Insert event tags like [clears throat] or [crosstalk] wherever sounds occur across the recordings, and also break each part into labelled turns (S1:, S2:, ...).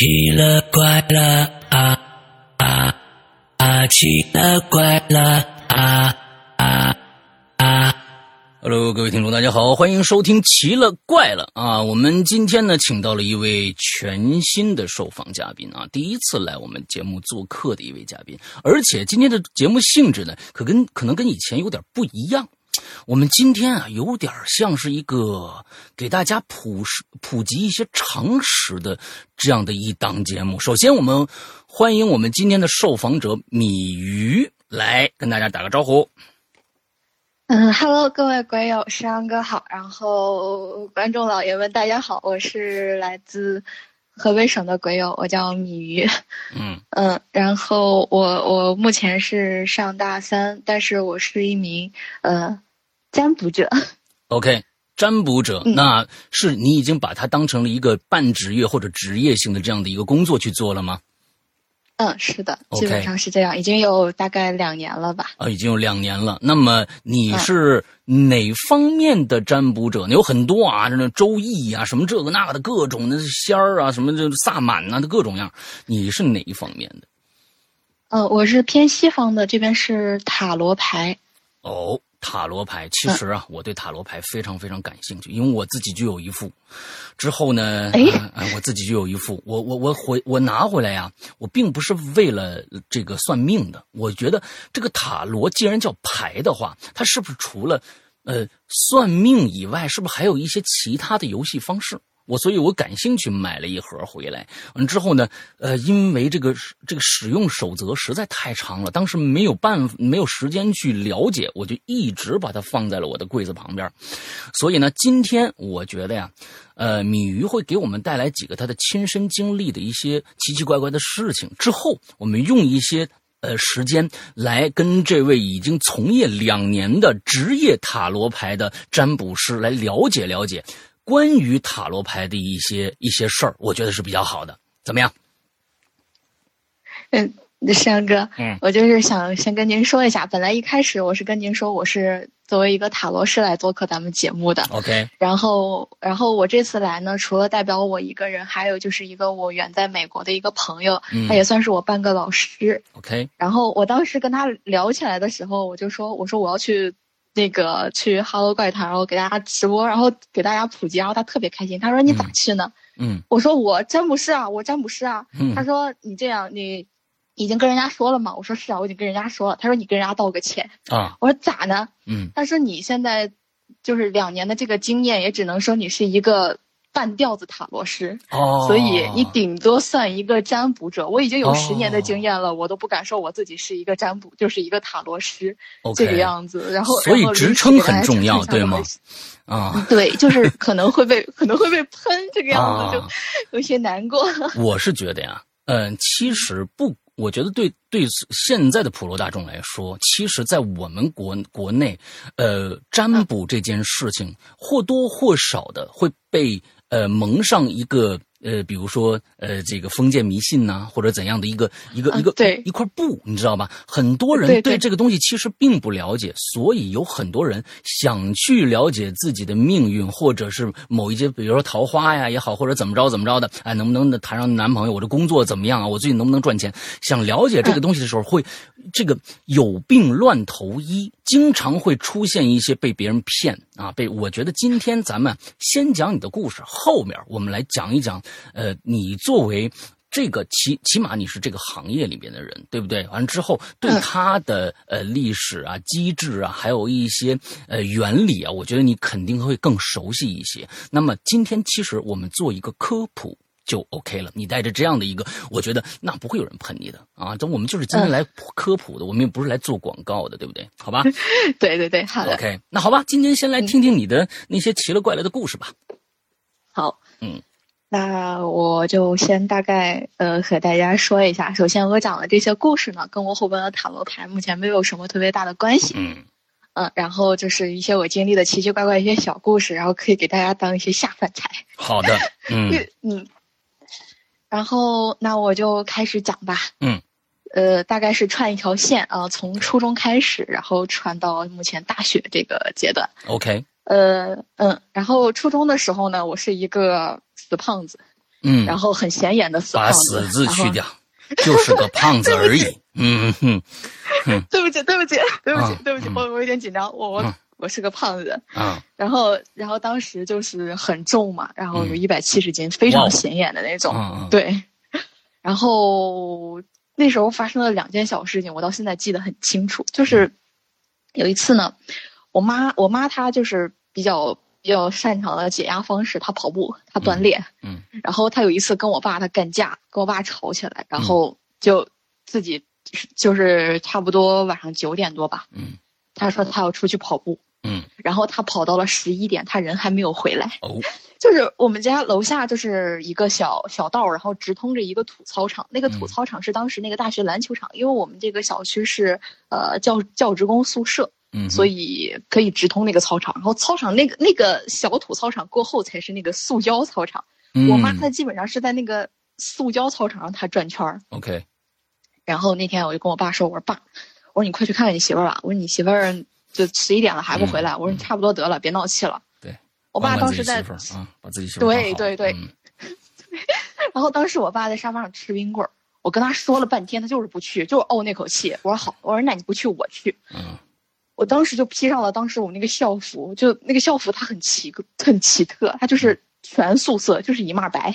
S1: 奇了怪了啊啊啊！奇了怪了啊啊啊！
S2: Hello，各位听众，大家好，欢迎收听《奇了怪了》啊！我们今天呢，请到了一位全新的受访嘉宾啊，第一次来我们节目做客的一位嘉宾，而且今天的节目性质呢，可跟可能跟以前有点不一样。我们今天啊，有点像是一个给大家普世普及一些常识的这样的一档节目。首先，我们欢迎我们今天的受访者米鱼来跟大家打个招呼。
S3: [laughs] 嗯，Hello，各位鬼友，山哥好，然后观众老爷们大家好，我是来自河北省的鬼友，我叫米鱼，
S2: 嗯
S3: 嗯，然后我我目前是上大三，但是我是一名呃占卜者，
S2: ，OK，占卜者，
S3: 嗯
S2: 那是你已经把它当成了一个半职业或者职业性的这样的一个工作去做了吗？
S3: 嗯，是的，
S2: OK
S3: 基本上是这样，已经有大概两年了吧，
S2: 啊，已经有两年了。那么你
S3: 嗯
S2: 是哪方面的占卜者呢？有很多啊，什么周易啊，什么这个那个的各种的仙儿啊，什么这萨满呐、各种样。你是哪一方面的？
S3: 嗯，我是偏西方的，这边是塔罗牌，
S2: 哦，塔罗牌。其实啊，我对塔罗牌非常非常感兴趣，因为我自己就有一副。之后呢，
S3: 哎
S2: 啊啊我自己就有一副。我我我回我拿回来呀、我并不是为了这个算命的。我觉得这个塔罗既然叫牌的话，它是不是除了呃算命以外，是不是还有一些其他的游戏方式？我所以，我感兴趣买了一盒回来。完之后呢，呃，因为这个这个使用守则实在太长了，当时没有办法，没有时间去了解，我就一直把它放在了我的柜子旁边。所以呢，今天我觉得呀，呃，米鱼会给我们带来几个他的亲身经历的一些奇奇怪怪的事情。之后，我们用一些呃时间来跟这位已经从业两年的职业塔罗牌的占卜师来了解了解关于塔罗牌的一些一些事儿，我觉得是比较好的。怎么样？
S3: 嗯， [laughs] 山哥，
S2: 嗯
S3: 我就是想先跟您说一下，本来一开始我是跟您说我是作为一个塔罗师来做客咱们节目的，
S2: ？OK，
S3: 然后，然后我这次来呢，除了代表我一个人，还有就是一个我远在美国的一个朋友，
S2: 嗯
S3: 他也算是我半个老师。
S2: ，OK，
S3: 然后我当时跟他聊起来的时候，我就说，我说我要去。那个去哈喽怪谈，然后给大家直播，然后给大家普及，然后他特别开心。他说：“你咋
S2: 嗯
S3: 去呢？”
S2: 嗯
S3: 我说我占卜师啊，我占卜师啊。
S2: 嗯
S3: 他说你这样，你已经跟人家说了吗？我说是啊，我已经跟人家说了。他说你跟人家道个歉。
S2: 啊，
S3: 我说咋呢？
S2: 嗯
S3: 他说你现在就是两年的这个经验，也只能说你是一个半吊子塔罗师，
S2: 哦，
S3: 所以你顶多算一个占卜者。我已经有
S2: 哦
S3: 十年的经验了，我都不敢说我自己是一个占卜，就是一个塔罗师
S2: OK
S3: 这个样子。然后
S2: 所以
S3: 然后临时
S2: 职称
S3: 给大家
S2: 很重要
S3: 介绍了
S2: 对吗
S3: 一下
S2: 啊。
S3: 对，就是可能会被 [laughs] 可能会被喷这个
S2: [laughs]
S3: 样
S2: 啊
S3: 子，就有些难过。 [laughs]
S2: 我是觉得呀，嗯、其实不，我觉得对对现在的普罗大众来说，其实，在我们国国内，呃，占卜这件事情或多或少的会被呃蒙上一个。呃，比如说，呃，这个封建迷信呐、或者怎样的一个一个
S3: 嗯
S2: 一个、
S3: 对
S2: 一块布，你知道吧？很多人
S3: 对
S2: 对
S3: 对
S2: 这个东西其实并不了解，所以有很多人想去了解自己的命运，或者是某一些，比如说桃花呀也好，或者怎么着怎么着的，哎，能不能谈上男朋友？我这工作怎么样啊？我最近能不能赚钱？想了解这
S3: 嗯
S2: 个东西的时候，会这个有病乱投医，经常会出现一些被别人骗啊。被我觉得今天咱们先讲你的故事，后面我们来讲一讲，呃，你作为这个起起码你是这个行业里面的人，对不对？完了之后，对
S3: 嗯
S2: 它的呃历史啊、机制啊，还有一些呃原理啊，我觉得你肯定会更熟悉一些。那么今天其实我们做一个科普。就 OK 了，你带着这样的一个，我觉得那不会有人喷你的啊。这我们就是今天
S3: 嗯
S2: 来科普的，我们也不是来做广告的，对不对？好吧
S3: 对对对， [laughs] 好的嗯
S2: ，OK，那好吧，今天先来听听你的那些奇了怪了的故事吧。
S3: 好，
S2: 嗯，
S3: 那我就先大概呃和大家说一下。首先，我讲的这些故事呢，跟我后边的塔罗牌目前没有什么特别大的关系，
S2: 嗯，
S3: 嗯、然后就是一些我经历的奇奇怪怪一些小故事，然后可以给大家当一些下饭菜。
S2: 好
S3: [laughs]
S2: 的，嗯
S3: 嗯嗯，然后那我就开始讲吧。
S2: 嗯，
S3: 呃，大概是串一条线啊、从初中开始，然后串到目前大学这个阶段。
S2: ，OK，
S3: 呃嗯，然后初中的时候呢，我是一个死胖子，
S2: 嗯，
S3: 然后很显眼的死
S2: 把
S3: 胖
S2: 死
S3: 子，啊
S2: 字
S3: 然后
S2: 去掉，就是个胖子
S3: [laughs]
S2: 而已。嗯哼
S3: 对不起，对不起， [laughs] 对不起，
S2: 啊
S3: 对不起
S2: 嗯，
S3: 我我有点紧张，我我、
S2: 嗯
S3: 我是个胖子，
S2: 啊，
S3: 然后然后当时就是很重嘛，然后有
S2: 嗯哦
S3: 一百七十斤，非常显眼的那种，
S2: 嗯嗯
S3: 对，然后那时候发生了两件小事情，我到现在记得很清楚，
S2: 嗯
S3: 就是有一次呢，我妈我妈她就是比较。比较擅长的解压方式，她跑步，她锻炼。
S2: 嗯
S3: 然后她有一次跟我爸她干架，跟我爸吵起来，
S2: 嗯
S3: 然后就自己就是差不多晚上九点多吧，
S2: 嗯
S3: 他说他要出去跑步，
S2: 嗯，
S3: 然后他跑到了十一点，他人还没有回来。
S2: 哦，
S3: 就是我们家楼下就是一个小小道儿，然后直通着一个土操场。那个
S2: 嗯
S3: 土操场是当时那个大学篮球场，因为我们这个小区是呃教教职工宿舍，
S2: 嗯，
S3: 所
S2: 以
S3: 以可以直通那个操场。然后操场那个那个小土操场过后才是那个塑胶操场。
S2: 嗯
S3: 我妈她基本上是在那个塑胶操场上她转圈儿。
S2: OK，
S3: 然后那天我就跟我爸说，我说爸，我说你快去看看你媳妇儿吧，我说你媳妇儿就十一点了还不回来，我说你差不多得了，别闹气了。
S2: 嗯对，
S3: 我爸
S2: 管管
S3: 当
S2: 自
S3: 时
S2: 己
S3: 在
S2: 媳，妇儿啊，把自己媳妇儿
S3: 对
S2: 管好
S3: 对对
S2: 嗯
S3: 然后当时我爸在沙发上吃冰棍儿，我跟他说了半天，他就是不去，就是怄那口气。我说好，我说那你不去我去。
S2: 嗯
S3: 我当时就披上了当时我们那个校服，就那个校服它很奇很奇特，它就是全素色，就是一码白，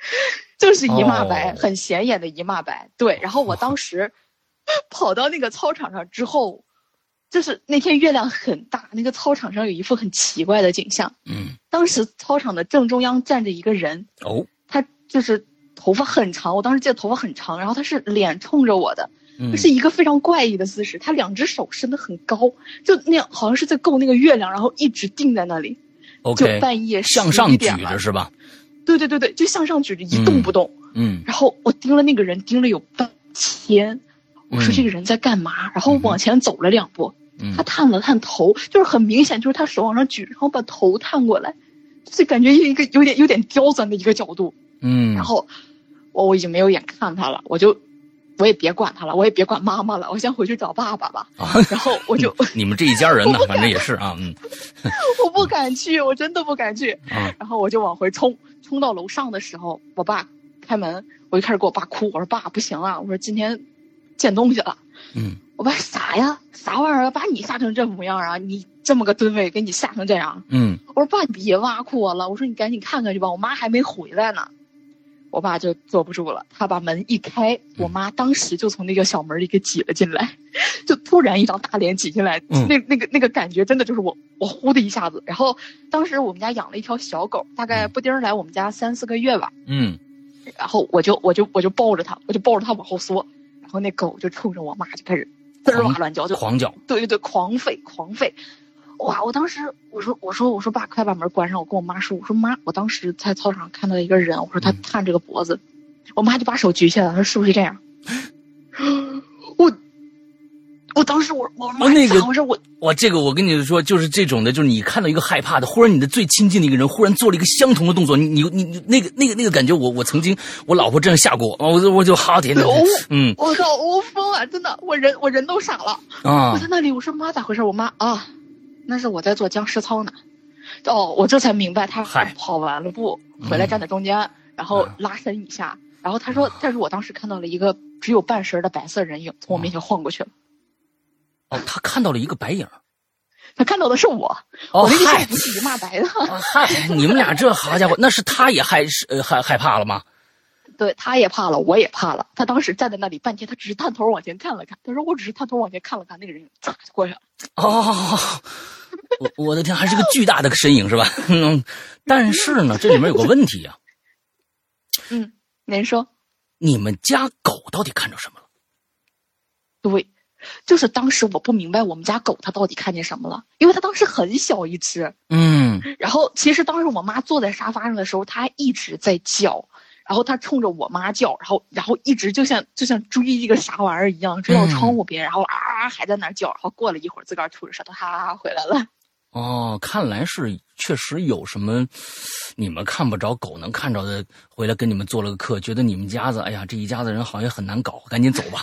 S3: [laughs] 就是一码白，
S2: 哦
S3: 很显眼的一码白。对，然后我当时跑到那个操场上之后，就是那天月亮很大，那个操场上有一幅很奇怪的景象，
S2: 嗯，
S3: 当时操场的正中央站着一个人，
S2: 哦，
S3: 他就是头发很长，我当时记得头发很长，然后他是脸冲着我的，
S2: 嗯
S3: 这是一个非常怪异的姿势，他两只手伸得很高，就那样好像是在够那个月亮，然后一直定在那里，就
S2: OK，
S3: 半夜
S2: 向
S3: 11
S2: 上举
S3: 点
S2: 着
S3: 了，
S2: 是吧？
S3: 对对对对，就向上举着一动不动。
S2: 嗯
S3: 然后我盯了那个人盯了有半天，我说
S2: 嗯
S3: 这个人在干嘛？然后往前走了两步，
S2: 嗯
S3: 他探了探头，就是很明显，就是他手往上举，然后把头探过来，就是感觉一个有点有点刁钻的一个角度。
S2: 嗯，
S3: 然后我我已经没有眼看他了，我就我也别管他了，我也别管妈妈了，我先回去找爸爸吧。
S2: 啊
S3: 然后我就
S2: 你们这一家人呢，反正也是啊，嗯
S3: [laughs] 我不敢去，我真的不敢去。
S2: 啊，
S3: 然后我就往回冲，冲到楼上的时候，我爸开门，我就开始给我爸哭，我说爸不行啊，我说今天见东西了。
S2: 嗯
S3: 我爸啥呀？啥玩意儿啊？把你吓成这模样啊？你这么个吨位，给你吓成这样啊？
S2: 嗯
S3: 我说爸，你别挖苦我了，我说你赶紧看看去吧，我妈还没回来呢。我爸就坐不住了，他把门一开，我妈当时就从那个小门里给挤了进来，就突然一张大脸挤进来，
S2: 嗯
S3: 那那个那个感觉真的就是我我呼的一下子。然后当时我们家养了一条小狗，大概不丁儿来我们家三四个月吧，
S2: 嗯
S3: 然后我就我就我就抱着它，我就抱着它往后缩，然后那狗就冲着我妈就开始滋儿哇乱叫，就
S2: 狂叫，
S3: 对对对，狂吠狂吠。哇！我当时我说我说我说爸，快把门关上！我跟我妈说，我说妈，我当时在操场上看到一个人，我说他
S2: 嗯
S3: 探着个脖子，我妈就把手举起来了，她说是不是这样？我我当时我我妈
S2: 哦那个
S3: 我说我
S2: 哇，这个我跟你说，就是这种的，就是你看到一个害怕的，忽然你的最亲近的一个人忽然做了一个相同的动作，你你你你那个那个那个感觉我，我曾经我老婆这样吓过我，哦我就我就哈天哪，
S3: 哦
S2: 嗯
S3: 我靠，我疯了！真的，我人我人都傻了。我
S2: 啊
S3: 在那里，我说妈咋回事？我妈啊，那是我在做僵尸操呢。哦，我这才明白，他
S2: 嗨
S3: 跑完了步回来站在中间，然后
S2: 啊
S3: 拉伸一下，然后他说，但是我当时看到了一个只有半身的白色人影从我
S2: 啊
S3: 面前晃过去了，
S2: 哦，他看到了一个白影儿，
S3: 他看到的是我，
S2: 哦
S3: 我那个
S2: 嗨
S3: 手不是一骂白的，
S2: 啊嗨，你们俩这好家伙，那是他也害是呃害害怕了吗？
S3: 对，他也怕了，我也怕了。他当时站在那里半天，他只是探头往前看了看，他说我只是探头往前看了看，那个人影嚓就过去了。
S2: 哦，我我的天，还是个巨大的身影是吧？ [laughs] 嗯，但是呢，这里面有个问题啊，
S3: 嗯，您说。
S2: 你们家狗到底看着什么了？
S3: 对，就是当时我不明白我们家狗它到底看见什么了，因为它当时很小一只。
S2: 嗯
S3: 然后其实当时我妈坐在沙发上的时候，它一直在叫，然后它冲着我妈叫，然后然后一直就像就像追一个啥玩意儿一样，追到窗户边，然后啊还在那儿叫，然后过了一会儿自个儿吐着舌头哈回来了。 [laughs]
S2: 哦，看来是确实有什么你们看不着狗能看着的，回来跟你们做了个客，觉得你们家子，哎呀，这一家子人好像很难搞，赶紧走吧。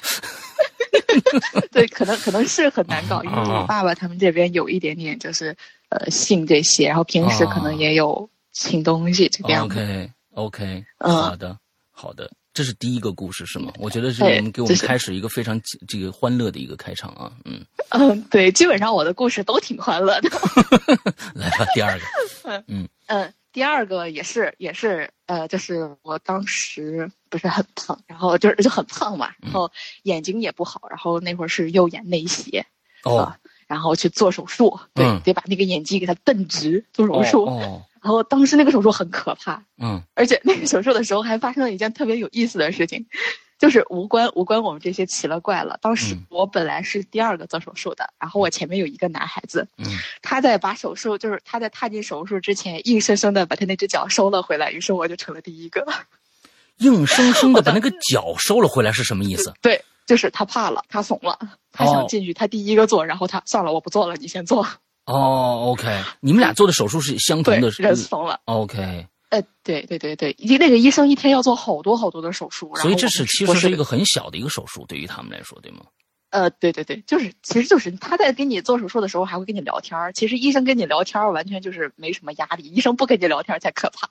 S3: 对，可能可能是很难搞，因为
S2: 啊啊
S3: 我爸爸他们这边有一点点 [laughs] 就是呃信这些，然后平时可能也有请东西这个样子。
S2: 哦 OK， OK，
S3: 嗯
S2: 好的，好的，这是第一个故事是吗？我觉得是
S3: 对
S2: 我们给我们
S3: 这是
S2: 开始一个非常这个欢乐的一个开场啊，嗯，
S3: 嗯，对，基本上我的故事都挺欢乐的。
S2: 来吧，第
S3: [laughs]
S2: 二个，
S3: 嗯，第二个也是也是呃，就是我当时不是很胖，然后就是就很胖嘛，
S2: 嗯
S3: 然后眼睛也不好，然后那会儿是右眼内斜，
S2: 哦
S3: 啊，然后去做手术，对，
S2: 嗯
S3: 得把那个眼睛给它瞪直做手
S2: 哦
S3: 术。
S2: 哦，
S3: 然后当时那个手术很可怕，
S2: 嗯
S3: 而且那个手术的时候还发生了一件特别有意思的事情，就是无关无关我们这些奇了怪了。当时
S2: 嗯
S3: 我本来是第二个做手术的，然后我前面有一个男孩子，
S2: 嗯，
S3: 他在把手术，就是他在踏进手术之前，硬生生的把他那只脚收了回来，于是我就成了 [laughs] 第一个。
S2: 硬生生的把那个脚收了回来是什么意思？
S3: 对，就是他怕了，他怂了，他
S2: 哦
S3: 想进去，他第一个做，然后他算了，我不做了，你先做。
S2: 哦，OK，你们俩做的手术是相
S3: 对
S2: 同的，，嗯
S3: 人怂了。
S2: OK，
S3: 呃，对对对对，一那个医生一天要做好多好多的手术，然后
S2: 所以这
S3: 我
S2: 是其
S3: 我
S2: 实
S3: 是
S2: 是一个很小的一个手术，对于他们来说，对吗？
S3: 呃，对对对，就是，其实就是他在跟你做手术的时候还会跟你聊天儿。其实医生跟你聊天儿完全就是没什么压力，医生不跟你聊天儿才可怕。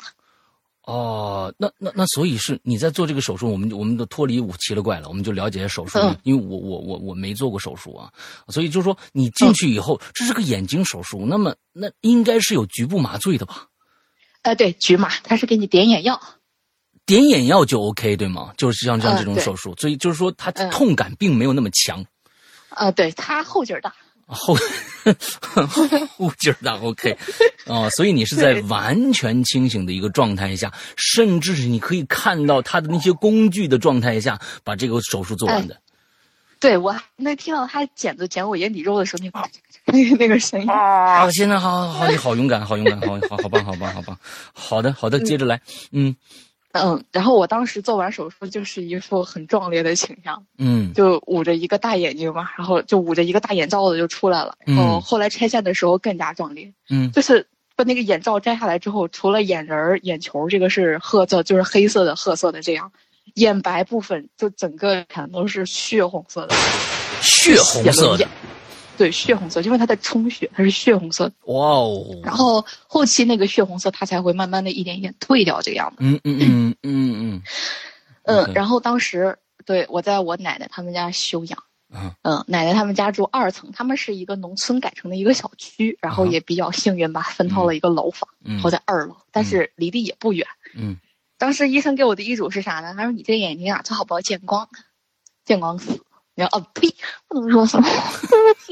S2: 哦，那那那，所以是你在做这个手术，我们就我们都脱离五奇了怪了，我们就了解手术，
S3: 嗯
S2: 因为我我我我没做过手术啊，所以就是说你
S3: 嗯
S2: 进去以后，这是个眼睛手术，那么那应该是有局部麻醉的吧？
S3: 呃，对，局麻，他是给你点眼药。
S2: 点眼药就 OK 对吗？就是像像这种
S3: 嗯对
S2: 手术，所以就是说它
S3: 嗯
S2: 痛感并没有那么强，
S3: 呃，对他后劲儿大。
S2: 后 [laughs] 后劲儿大 OK 哦，所以你是在
S3: 对
S2: 完全清醒的一个状态下，甚至是你可以看到他的那些工具的状态下，把这个手术做完的。
S3: 对我还那听到他剪子剪我眼底肉的时候，那个那个那个声音，哎
S2: 啊，现在好好好，你好勇敢，好勇敢，好好好棒，好棒，好棒，好的好的，接着来，嗯
S3: 嗯，然后我当时做完手术就是一副很壮烈的形象，
S2: 嗯
S3: 就捂着一个大眼睛嘛，然后就捂着一个大眼罩子就出来了。然后
S2: 嗯
S3: 后来拆线的时候更加壮烈，
S2: 嗯
S3: 就是把那个眼罩摘下来之后，除了眼仁儿、眼球这个是褐色，就是黑色的褐色的这样，眼白部分就整个全都是血红色的，
S2: 血红色的
S3: 血了，对，血红色，因为它在充血，它是血红色的。
S2: 哇哦，
S3: 然后后期那个血红色它才会慢慢的一点一点退掉这个样子。
S2: 嗯嗯嗯嗯嗯
S3: 嗯，
S2: OK
S3: 然后当时对我在我奶奶他们家休养。
S2: 啊
S3: 嗯，奶奶他们家住二层，他们是一个农村改成的一个小区，然后
S2: 啊哈
S3: 也比较幸运吧，分到了一个楼房，
S2: 嗯
S3: 然后在二楼，但是离得也不远。
S2: 嗯
S3: 当时医生给我的医嘱是啥呢？他说你这眼睛啊，最好不要见光，见光死。然后哦呸，不能说什么，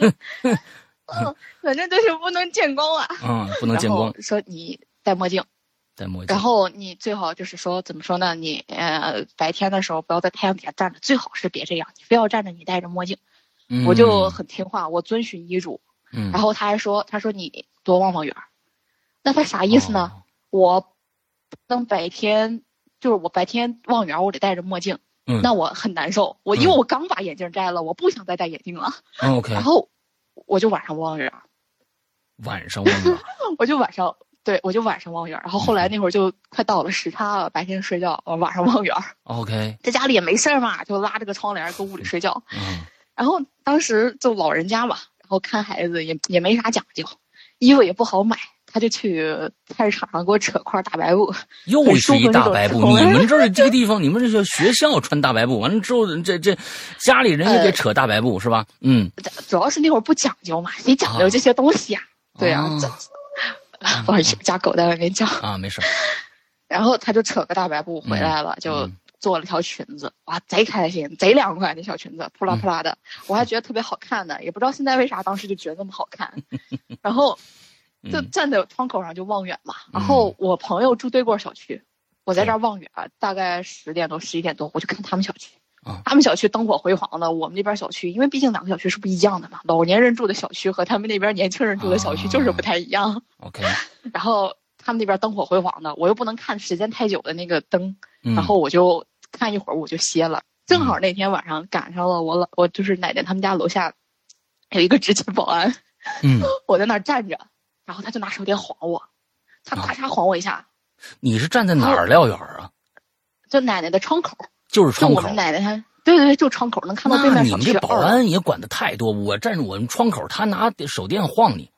S3: 嗯，反正就是不能见光啊。
S2: 啊，不能见光
S3: 然，后说你戴墨镜，
S2: 戴墨镜
S3: 然，后你最好就是说怎么说呢？你呃白天的时候不要在太阳底下站着，最好是别这样。你非要站着，你戴着墨镜，
S2: 嗯
S3: 我就很听话，我遵循医嘱。
S2: 嗯
S3: 然后他还说，他说你多望望远儿。那他啥意思呢？？我不能白天就是我白天望远，我得戴着墨镜，
S2: 嗯
S3: 那我很难受。我
S2: 嗯
S3: 因为我刚把眼镜摘了，我不想再戴眼镜了。
S2: 哦 OK，
S3: [laughs] 然后我就晚上望远，
S2: 晚上忘了，
S3: 我就晚上对我就晚上望远。然后后
S2: 嗯
S3: 来那会儿就快到了时差了，白天睡觉，呃晚上望远，
S2: OK，
S3: 在家里也没事儿嘛，就拉着个窗帘儿搁屋里睡觉。
S2: 嗯
S3: 然后当时就老人家嘛，然后看孩子也也没啥讲究，衣服也不好买，他就去菜市场上给我扯块大白布。
S2: 又是一大白布，
S3: 很舒服那
S2: 你
S3: 种
S2: 们这儿这个地方，你们这些学校穿大白布，完了之后这这家里人也得扯大白布是吧？嗯，
S3: 主要是那会儿不讲究嘛，谁讲究这些东西呀、对呀、
S2: 哦
S3: 这 [laughs] 不好意思，我家狗在外面叫。 [laughs]
S2: 啊，没事儿，
S3: 然后他就扯个大白布回来了，就做了条裙子，哇，贼开心，贼凉快，那小裙子扑啦扑啦的，我还觉得特别好看呢，也不知道现在为啥当时就觉得那么好看。然后就
S2: 嗯
S3: 站在窗口上就望远嘛，然后我朋友住对过小区，我在这儿望远，大概十点多、十一点多，我就看他们小区
S2: 啊。
S3: 他们小区灯火辉煌的，我们这边小区，因为毕竟两个小区是不一样的嘛，老年人住的小区和他们那边年轻人住的小区
S2: 啊
S3: 就是不太一样。
S2: [laughs] ，OK，
S3: 然后他们那边灯火辉煌的，我又不能看时间太久的那个灯，
S2: 嗯
S3: 然后我就看一会儿我就歇了。正好那天晚上赶上了我老我就是奶奶他们家楼下有一个执勤保安，
S2: 嗯，
S3: 我在那儿站着，然后他就拿手电晃我，他
S2: 啊
S3: 咔嚓晃我一下，
S2: 你是站在哪儿撂远儿啊？
S3: 就奶奶的窗口，
S2: 就是
S3: 就
S2: 窗
S3: 我
S2: 口
S3: 们。奶奶她。对对对，就窗口能看到对
S2: 那
S3: 面
S2: 你
S3: 小
S2: 们
S3: 区
S2: 这
S3: 的
S2: 保
S3: 二楼。
S2: 安也管的太多，我站着我们窗口，他拿手电晃你，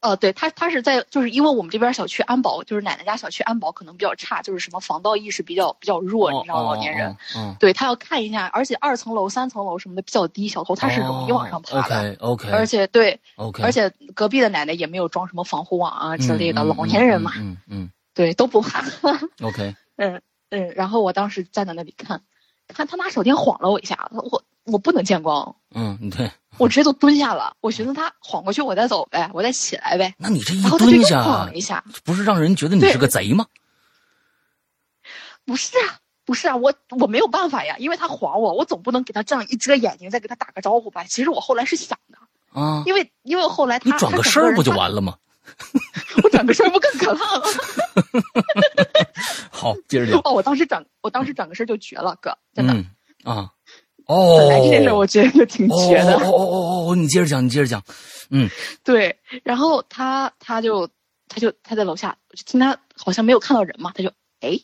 S3: 呃，对他，他是在就是因为我们这边小区安保，就是奶奶家小区安保可能比较差，就是什么防盗意识比较比较弱，
S2: 哦
S3: 你知道老年人，
S2: 嗯，
S3: 对他要看一下，而且二层楼、三层楼什么的比较低，小偷他是容易往上
S2: 哦
S3: 爬的。
S2: OK OK，
S3: 而且对
S2: OK，
S3: 而且隔壁的奶奶也没有装什么防护网啊之类的，
S2: 嗯嗯
S3: 老年人嘛，
S2: 嗯嗯
S3: 对都不怕。
S2: 嗯，OK，
S3: 嗯嗯，然后我当时站在那里看，看他拿手电晃了我一下，我我不能见光，
S2: 嗯对，
S3: 我直接就蹲下了。我寻思他晃过去，我再走呗，我再起来呗。
S2: 那你这一
S3: 然后他就
S2: 蹲啊
S3: 又
S2: 下
S3: 晃，一下，
S2: 不是让人觉得你
S3: 对
S2: 是个贼吗？
S3: 不是啊，不是啊，我我没有办法呀，因为他晃我，我总不能给他这样一遮眼睛，再给他打个招呼吧。其实我后来是想的，
S2: 啊，
S3: 因为因为后来他
S2: 你转个身儿不就？完了吗？
S3: 他整个人他 [laughs] 我转个身儿不更可怕吗？
S2: [laughs] 好，接着聊，
S3: 哦，我当时转，我当时转个身儿就绝了，哥， [laughs] 真的。
S2: 嗯啊，哦，
S3: 本来这件事儿我觉得就挺绝的，
S2: 哦哦哦哦哦，你接着讲，你接着讲，
S3: 对。然后他他就他就他在楼下，我就听他好像没有看到人嘛，他就哎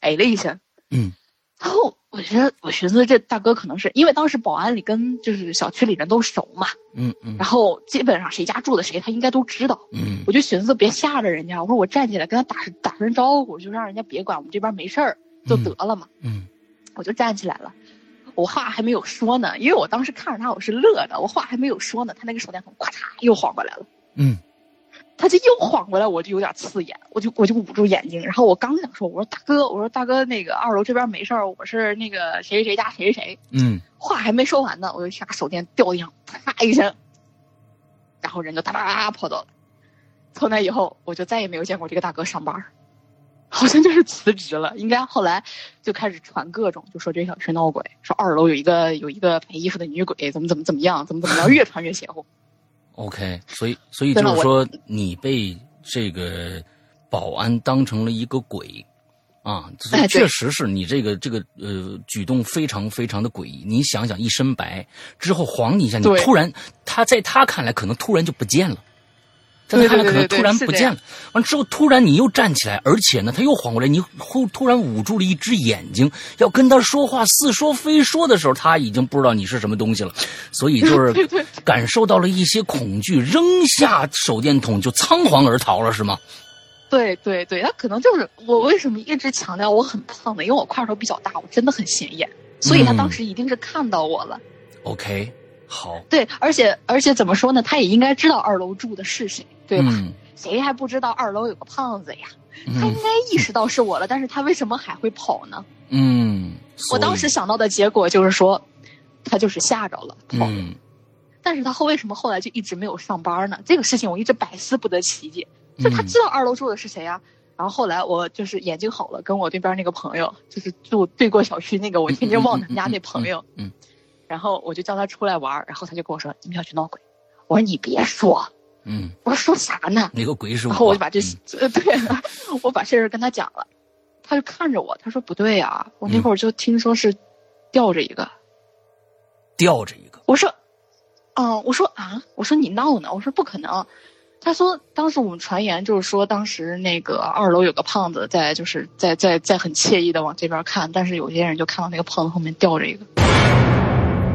S3: 哎了一声，
S2: 嗯
S3: 然后我觉得我寻思这大哥可能是因为当时保安里跟就是小区里人都熟嘛，
S2: 嗯嗯
S3: 然后基本上谁家住的谁他应该都知道，
S2: 嗯
S3: 我就寻思别吓着人家，我说我站起来跟他打声打声招呼，就让人家别管我们这边没事儿就得了嘛。
S2: 嗯
S3: 我就站起来了，我话还没有说呢，因为我当时看着他我是乐的，我话还没有说呢，他那个手电筒咔嚓又晃过来了，
S2: 嗯
S3: 他就又晃过来，我就有点刺眼，我就我就捂住眼睛，然后我刚想说，我说大哥，我说大哥，那个二楼这边没事儿，我是那个谁谁谁家谁谁谁，
S2: 嗯
S3: 话还没说完呢，我就拿手电掉地上，啪一声，然后人就哒哒哒跑走了。从那以后，我就再也没有见过这个大哥上班儿，好像就是辞职了。应该后来就开始传各种，就说这小区闹鬼，说二楼有一个有一个赔衣服的女鬼，怎么怎么怎么样，怎么怎么样，越传越邪
S2: [laughs]
S3: 乎。
S2: ，OK，所以所以
S3: 真的
S2: 就是说，你被这个保安当成了一个鬼。啊，这
S3: 哎对
S2: 确实是你这个这个呃举动非常非常的诡异。你想想，一身白之后晃你一下，你
S3: 对
S2: 突然他在他看来可能突然就不见了，在他
S3: 对
S2: 看来可
S3: 对
S2: 能
S3: 对对
S2: 突然
S3: 是
S2: 不
S3: 这
S2: 见
S3: 样
S2: 了。完之后，突然你又站起来，而且呢，他又缓过来，你忽突然捂住了一只眼睛，要跟他说话，似说非说的时候，他已经不知道你是什么东西了，所以就是感受到了一些恐惧，扔下手电筒就仓皇而逃了，是吗？
S3: 对对对，他可能就是我为什么一直强调我很胖呢？因为我块头比较大，我真的很显眼，所以他当
S2: 嗯
S3: 时一定是看到我了。
S2: OK，好，
S3: 对，而且而且怎么说呢？他也应该知道二楼住的是谁，对吧？哎
S2: 嗯
S3: 谁还不知道二楼有个胖子呀？他应
S2: 嗯
S3: 该意识到是我了，但是他为什么还会跑呢？
S2: 嗯，所
S3: 我
S2: 以
S3: 当时想到的结果就是说，他就是吓着了跑。
S2: 嗯
S3: 但是他后为什么后来就一直没有上班呢？这个事情我一直百思不得其解。就他
S2: 嗯
S3: 知道二楼住的是谁呀、然后后来我就是眼睛好了，跟我对边那个朋友，就是住对过小区那个我天天望着他家那朋友，
S2: 嗯嗯嗯嗯嗯
S3: 然后我就叫他出来玩儿，然后他就跟我说你们小区闹鬼，我说你别说，
S2: 嗯，
S3: 我说说啥呢？
S2: 那个鬼是我，
S3: 然后我就把这
S2: 嗯，
S3: 呃、 [laughs] 对，我把这事儿跟他讲了，他就看着我，他说不对呀、我
S2: 嗯
S3: 那会儿就听说是吊着一个，
S2: 吊着一个，
S3: 我说，嗯，我说啊，我说你闹呢，我说不可能。他说，当时我们传言就是说，当时那个二楼有个胖子在，就是在在在很惬意的往这边看，但是有些人就看到那个胖子后面吊着一个。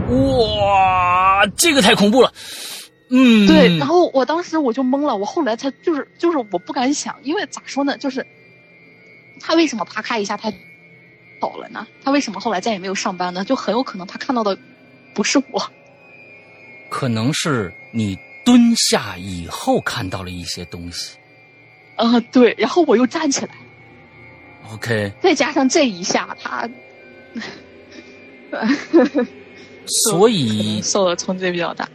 S2: 哇，这个太恐怖了，嗯，
S3: 对，然后我当时我就懵了，我后来才就是就是我不敢想，因为咋说呢，就是他为什么啪咔一下他走了呢？他为什么后来再也没有上班呢？就很有可能他看到的不是我。 [laughs]
S2: 可能是你蹲下以后看到了一些东西。
S3: 嗯、对，然后我又站起来，
S2: OK，
S3: 再加上这一下，他
S2: 所
S3: 可
S2: 以
S3: 能受的冲击比较大。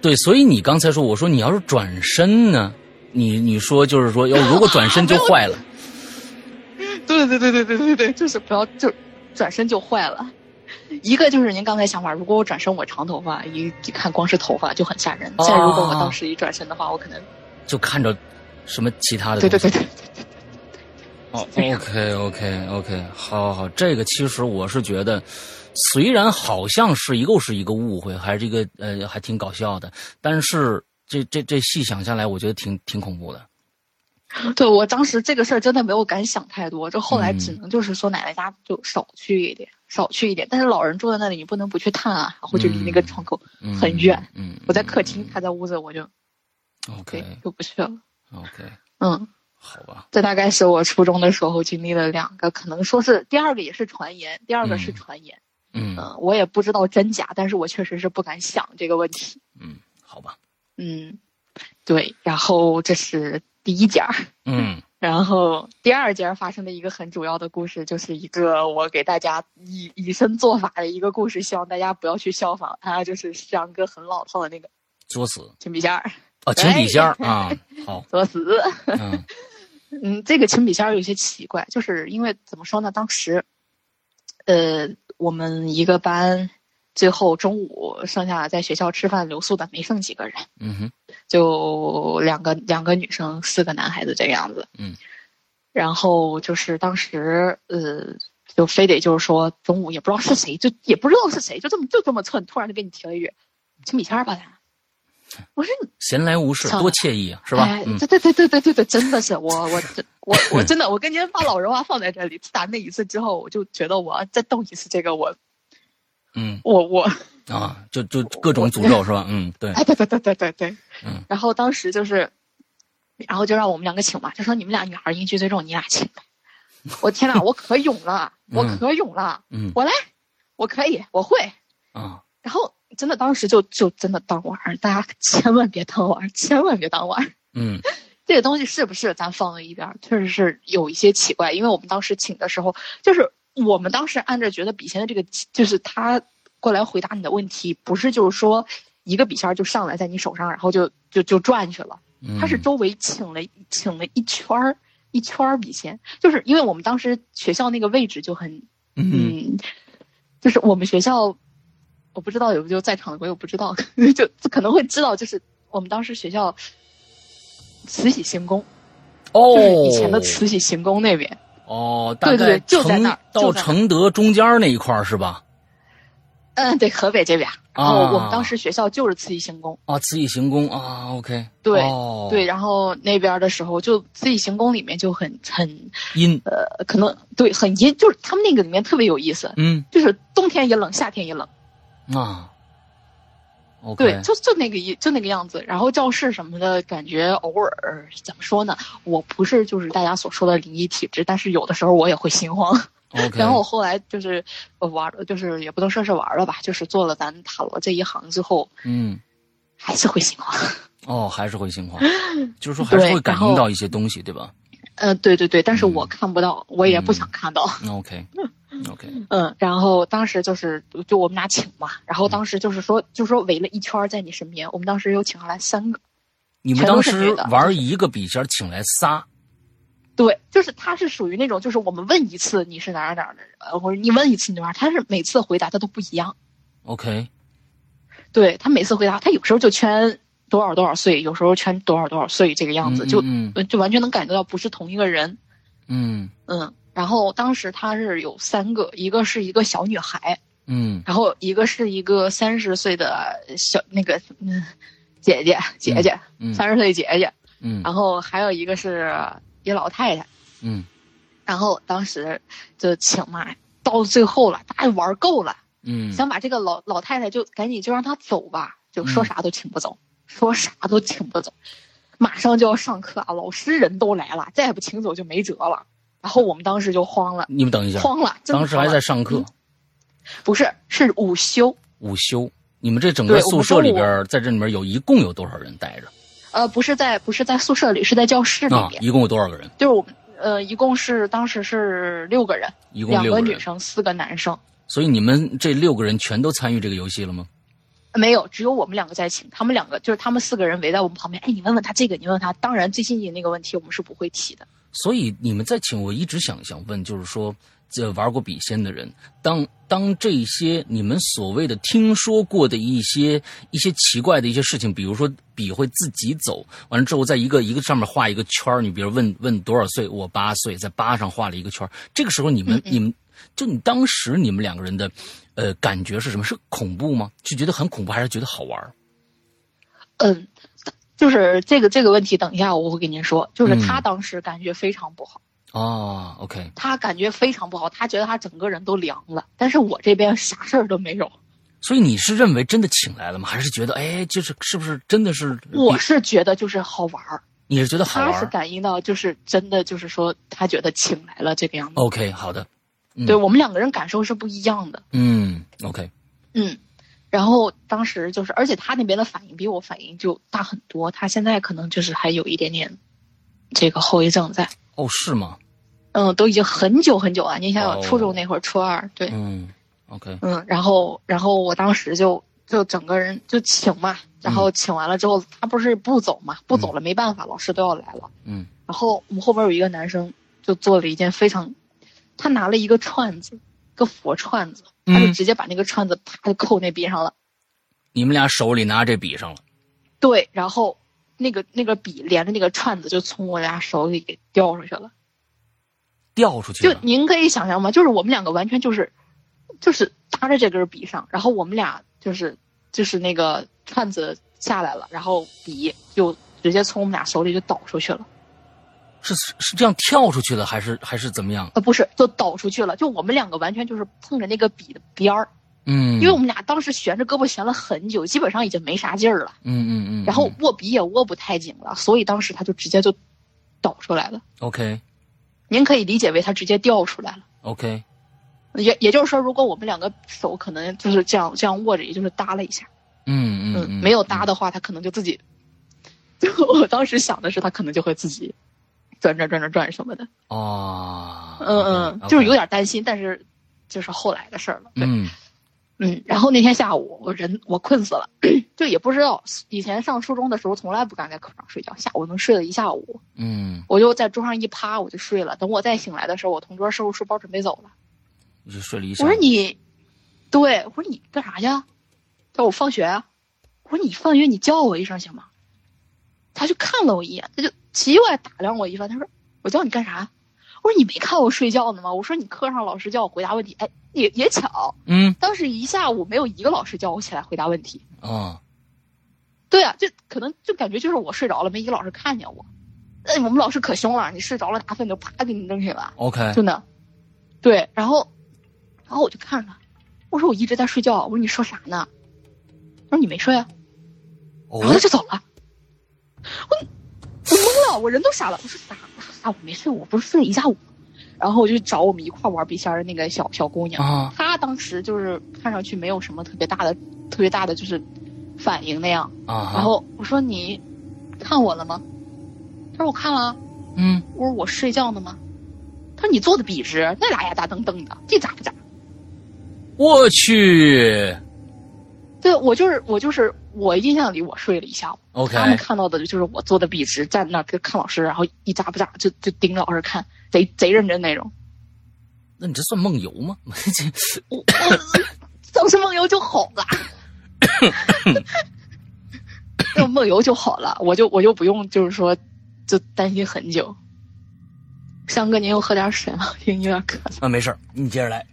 S2: 对，所以你刚才说，我说你要是转身呢，你你说就是说，要如果转身就坏
S3: [laughs]
S2: 了。
S3: 对对对对对对对，就是不要就转身就坏了。一个就是您刚才想法，如果我转身我长头发，一一看光是头发就很吓人。
S2: 哦
S3: 再如果我当时一转身的话，我可能
S2: 就看着什么其他的
S3: 对
S2: 东西。
S3: 对对对。
S2: 哦，OK OK OK，好好好，这个其实我是觉得，虽然好像是一个是一个误会，还是一个呃还挺搞笑的，但是这这这细想下来，我觉得挺挺恐怖的。
S3: 对我当时这个事儿真的没有敢想太多，就后来
S2: 嗯
S3: 只能就是说奶奶家就少去一点，少去一点。但是老人住在那里，你不能不去探啊，然后就离那个窗口。
S2: 嗯
S3: 很远。
S2: 嗯，
S3: 我在客厅，他在屋子，我就对
S2: OK，
S3: 就不去了。
S2: OK，
S3: 嗯，
S2: 好吧，
S3: 这大概是我初中的时候经历了两个，可能说是第二个也是传言，第二个是
S2: 嗯
S3: 传言。
S2: 嗯
S3: 嗯，我也不知道真假，但是我确实是不敢想这个问题。
S2: 嗯，好吧，
S3: 嗯，对，然后这是第一家儿，
S2: 嗯
S3: 然后第二家儿发生的一个很主要的故事，就是一个我给大家以以身作法的一个故事，希望大家不要去效仿它，就是上哥很老套的那个
S2: 作死
S3: 亲笔仙儿
S2: 啊，情笔仙儿
S3: [laughs]
S2: 啊，好，
S3: 作死。
S2: 嗯
S3: 嗯，这个亲笔仙儿有些奇怪，就是因为怎么说呢？当时，呃，我们一个班最后中午剩下在学校吃饭留宿的没剩几个人，
S2: 嗯哼，
S3: 就两个两个女生，四个男孩子这个样子。
S2: 嗯，
S3: 然后就是当时呃，就非得就是说中午也不知道是谁，就也不知道是谁，就这么就这么蹭，突然就给你提了一句亲笔仙儿吧，咱。我说
S2: 闲来无事
S3: 操
S2: 多惬意啊，是吧？
S3: 哎
S2: 嗯，
S3: 对对对对对对对，真的是我
S2: [laughs]
S3: 我真我我真的我跟您把老人话放在这里，自打那一次之后，我就觉得我要再动一次这个我
S2: 嗯
S3: 我我
S2: 啊，就就各种诅咒是吧？嗯，对，
S3: [laughs] 哎对对对对对对，
S2: 嗯
S3: 然后当时就是，然后就让我们两个请嘛，就说你们俩女孩阴虚最重，你俩请吧。我天呐，我可勇
S2: [laughs]
S3: 了，我
S2: 嗯
S3: 可勇了，
S2: 嗯
S3: 我来，我可以，我会。
S2: 啊，
S3: 然后真的当时就就真的当玩儿，大家千万别当玩儿，千万别当玩儿。
S2: 嗯
S3: 这个东西是不是咱放到一边儿，确实是有一些奇怪。因为我们当时请的时候，就是我们当时按照觉得笔仙的这个，就是他过来回答你的问题，不是就是说一个笔仙儿就上来在你手上，然后就就就转去了。
S2: 嗯，
S3: 他是周围请了请了一圈儿一圈儿笔仙，就是因为我们当时学校那个位置就很
S2: 嗯
S3: 嗯，就是我们学校，我不知道有没有在场的朋友不知道， [laughs] 就可能会知道，就是我们当时学校慈禧行宫，
S2: 哦
S3: 就是以前的慈禧行宫那边，
S2: 哦，大
S3: 对对
S2: 概
S3: 对就在
S2: 承
S3: 那儿就在那
S2: 到
S3: 儿
S2: 承德中间那一块儿是吧？
S3: 嗯，对，河北这边。然后
S2: 啊
S3: 哦我们当时学校就是慈禧行宫，
S2: 啊，慈禧行宫啊，OK，
S3: 对
S2: 哦
S3: 对，，然后那边的时候就慈禧行宫里面就很很
S2: 阴，
S3: 呃，可能对很阴，就是他们那个里面特别有意思，
S2: 嗯
S3: 就是冬天也冷，夏天也冷。
S2: 啊，OK，
S3: 对，就就那个一就那个样子。然后教室什么的，感觉偶尔怎么说呢？我不是就是大家所说的灵异体质，但是有的时候我也会心慌。
S2: OK，
S3: 然后我后来就是呃玩儿，就是也不能说是玩儿了吧，就是做了咱塔罗这一行之后，
S2: 嗯，
S3: 还是会心慌。
S2: 哦，还是会心
S3: [laughs]
S2: 慌，就是说还是
S3: 对
S2: 会感
S3: 然
S2: 应
S3: 后
S2: 到一些东西，对吧
S3: 呃，对对对，但是我
S2: 嗯
S3: 看不到，我也不
S2: 嗯
S3: 想看到。 [laughs]
S2: ？OK，OK，
S3: 嗯，然后当时就是就我们俩请嘛，然后当时就是说就说围了一圈儿在你身边，我们当时又请上来三个。
S2: 你们
S3: 全都
S2: 当
S3: 是
S2: 时
S3: 女的
S2: 玩一个笔尖，请来仨，
S3: 对，就是他是属于那种，就是我们问一次你是哪儿哪儿的人，呃或者你问一次你哪儿，他是每次回答他都不一样。
S2: OK，
S3: 对他每次回答，他有时候就圈多少多少岁，有时候圈多少多少岁这个样子，
S2: 嗯
S3: 就呃
S2: 嗯
S3: 就完全能感觉到不是同一个人。
S2: 嗯
S3: 嗯，然后当时他是有三个，一个是一个小女孩，
S2: 嗯
S3: 然后一个是一个三十岁的小那个嗯姐姐姐姐，
S2: 嗯
S3: 三十啊岁姐姐，
S2: 嗯
S3: 然后还有一个是一老太太。
S2: 嗯
S3: 然后当时就请嘛，到最后了，大家玩够了，
S2: 嗯
S3: 想把这个老老太太就赶紧就让她走吧，就
S2: 嗯
S3: 说啥都请不走，说啥都请不走。马上就要上课啊，老师人都来了，再不请走就没辙了。然后我们当时就慌了，
S2: 你们等一下，
S3: 慌了，真的
S2: 哎当时还
S3: 慌啊嗯
S2: 在
S3: 了
S2: 上课，
S3: 不是是午休，
S2: 午休。你们这整个
S3: 对我
S2: 宿
S3: 们
S2: 舍
S3: 中
S2: 里
S3: 午
S2: 边，在这里面有一共有多少人待着
S3: 呃，不是在不是在宿舍里，是在教室里
S2: 啊？
S3: 面，
S2: 一共有多少个人？
S3: 就是我们呃一共是当时是六个人，
S2: 一共
S3: 两
S2: 六个
S3: 个女
S2: 人。
S3: 生，四个男生。
S2: 所以你们这六个人全都参与这个游戏了吗？
S3: 没有，只有我们两个在请，他们两个就是他们四个人围在我们旁边。哎，你问问他这个，你问问他。当然，最新颖那个问题我们是不会提的。
S2: 所以你们在请，我一直想想问，就是说，这玩过笔仙的人，当当这些你们所谓的听说过的一些一些奇怪的一些事情，比如说笔会自己走，完了之后在一个一个上面画一个圈儿你比如问问多少岁，我八岁，在八上画了一个圈儿这个时候你们
S3: 嗯嗯
S2: 你们就你当时你们两个人的，呃，感觉是什么？是恐怖吗？是觉得很恐怖，还是觉得好玩儿？
S3: 嗯，就是这个这个问题，等一下我会跟您说。就是他
S2: 嗯
S3: 当时感觉非常不好，哦
S2: 啊，OK，
S3: 他感觉非常不好，他觉得他整个人都凉了。但是我这边啥事儿都没有，
S2: 所以你是认为真的请来了吗？还是觉得哎，就是是不是真的是？
S3: 我是觉得就是好玩儿，
S2: 你是觉得好玩
S3: 他
S2: 儿
S3: 是感应到就是真的就是说他觉得请来了这个样子。
S2: ？OK，好的，哦嗯
S3: 对我们两个人感受是不一样的。
S2: 嗯，OK，
S3: 嗯，然后当时就是，而且他那边的反应比我反应就大很多。他现在可能就是还有一点点这个后遗症在。
S2: 哦，是吗？
S3: 嗯，都已经很久很久了。你想想，
S2: 哦
S3: 初中那会儿，初二，对，
S2: 嗯，OK，
S3: 嗯，然后，然后我当时就就整个人就请嘛，然
S2: 嗯
S3: 后请完了之后，他不是不走嘛，不走了没办法，老师都要来了。
S2: 嗯
S3: 然后我们后边有一个男生就做了一件非常，他拿了一个串子，个佛串子，他就
S2: 嗯
S3: 直接把那个串子啪就扣那边上了。
S2: 你们俩手里拿着这笔上了，
S3: 对，然后那个那个笔连着那个串子就从我俩手里给掉出去了。
S2: 掉出去
S3: 就
S2: 了，
S3: 您可以想象吗？就是我们两个完全就是，就是搭着这根笔上，然后我们俩就是就是那个串子下来了，然后笔就直接从我们俩手里就倒出去了。
S2: 是是这样跳出去的，还是还是怎么样？
S3: 呃，不是，就倒出去了。就我们两个完全就是碰着那个笔的边儿，
S2: 嗯，
S3: 因为我们俩当时悬着胳膊悬了很久，基本上已经没啥劲儿了，
S2: 嗯嗯嗯，
S3: 然后
S2: 嗯
S3: 握笔也握不太紧了，所以当时他就直接就倒出来了。
S2: OK
S3: 您可以理解为他直接掉出来了。
S2: OK，
S3: 也也就是说，如果我们两个手可能就是这样这样握着，也就是搭了一下，
S2: 嗯嗯
S3: 嗯，
S2: 嗯，
S3: 没有搭的话，他可能就自己。 [laughs] 就我当时想的是，他可能就会自己转转转转转什么的，
S2: 哦，
S3: 嗯嗯，就是有点担心，但是就是后来的事儿了。对，
S2: 嗯
S3: 嗯，然后那天下午我人我困死了， [clears throat] 就也不知道以前上初中的时候从来不敢在课上睡觉，下午能睡了一下午，
S2: 嗯，
S3: 我就在桌上一趴我就睡了。等我再醒来的时候，我同桌收拾书包准备走了。
S2: 就睡了一下
S3: 我
S2: 午。
S3: 说你，对，我说你干啥呀？他说我放学啊。我说你放学你叫我一声行吗？他就看了我一眼，他就奇怪打量我一番，他说我叫你干啥？我说你没看我睡觉呢吗？我说你课上老师叫我回答问题，哎，也也巧，
S2: 嗯
S3: 当时一下午没有一个老师叫我起来回答问题。
S2: 啊
S3: 对啊，就可能就感觉就是我睡着了，没一个老师看见我。哎，我们老师可凶了，你睡着了拿粪就啪给你扔起来了。
S2: ，OK，
S3: 真的。对，然后，然后我就看着他，我说我一直在睡觉，我说你说啥呢？他说你没睡啊，然后
S2: 哦
S3: 他就走了。我我懵了，我人都傻了，我说啥啥我没睡，我不是睡了一下午吗。然后我就找我们一块玩笔仙儿的那个小小姑娘，
S2: 啊，
S3: 她当时就是看上去没有什么特别大的、特别大的就是反应那样。
S2: 然
S3: 然后我说你看我了吗？她说我看了啊。
S2: 嗯
S3: 我说我睡觉呢吗？他说你坐的笔直，那俩眼大瞪瞪的，这咋不咋？
S2: 我去
S3: 对我就是我就是我印象里我睡了一下午，
S2: ，OK，
S3: 他们看到的就是我坐的笔直，站那儿跟看老师，然后一眨不眨就就盯着老师看，贼贼认真那种。
S2: 那你这算梦游吗？ [laughs] 这
S3: 我我当时梦游就好
S2: [coughs]
S3: 了，就梦游就好了，我就我就不用就是说就担心很久。香哥，您又喝点水吗？因为有点渴。
S2: 啊，没事儿你接着来。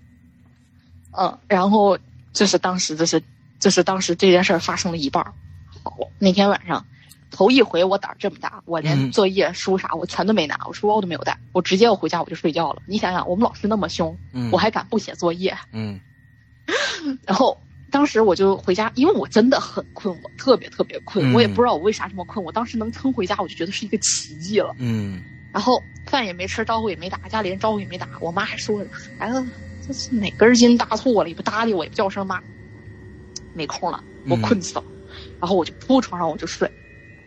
S3: 嗯，然后就是当时就是就是当时这件事儿发生了一半儿。好，那天晚上头一回我胆儿这么大，我
S2: 嗯
S3: 连作业书啥我全都没拿，我书包都没有带，我直接我回家我就睡觉了。你想想，我们老师那么凶，
S2: 嗯，
S3: 我还敢不写作业？
S2: 嗯
S3: 然后当时我就回家，因为我真的很困，我特别特别
S2: 嗯
S3: 困，我也不知道我为啥这么困。我当时能撑回家，我就觉得是一个奇迹了。
S2: 嗯
S3: 然后饭也没吃，招呼也没打，家里人招呼也没打。我妈还说呢，孩子这是哪根筋搭错了，也不搭理我，也不叫声妈，没空了，我困死了。然后我就扑床上我就睡。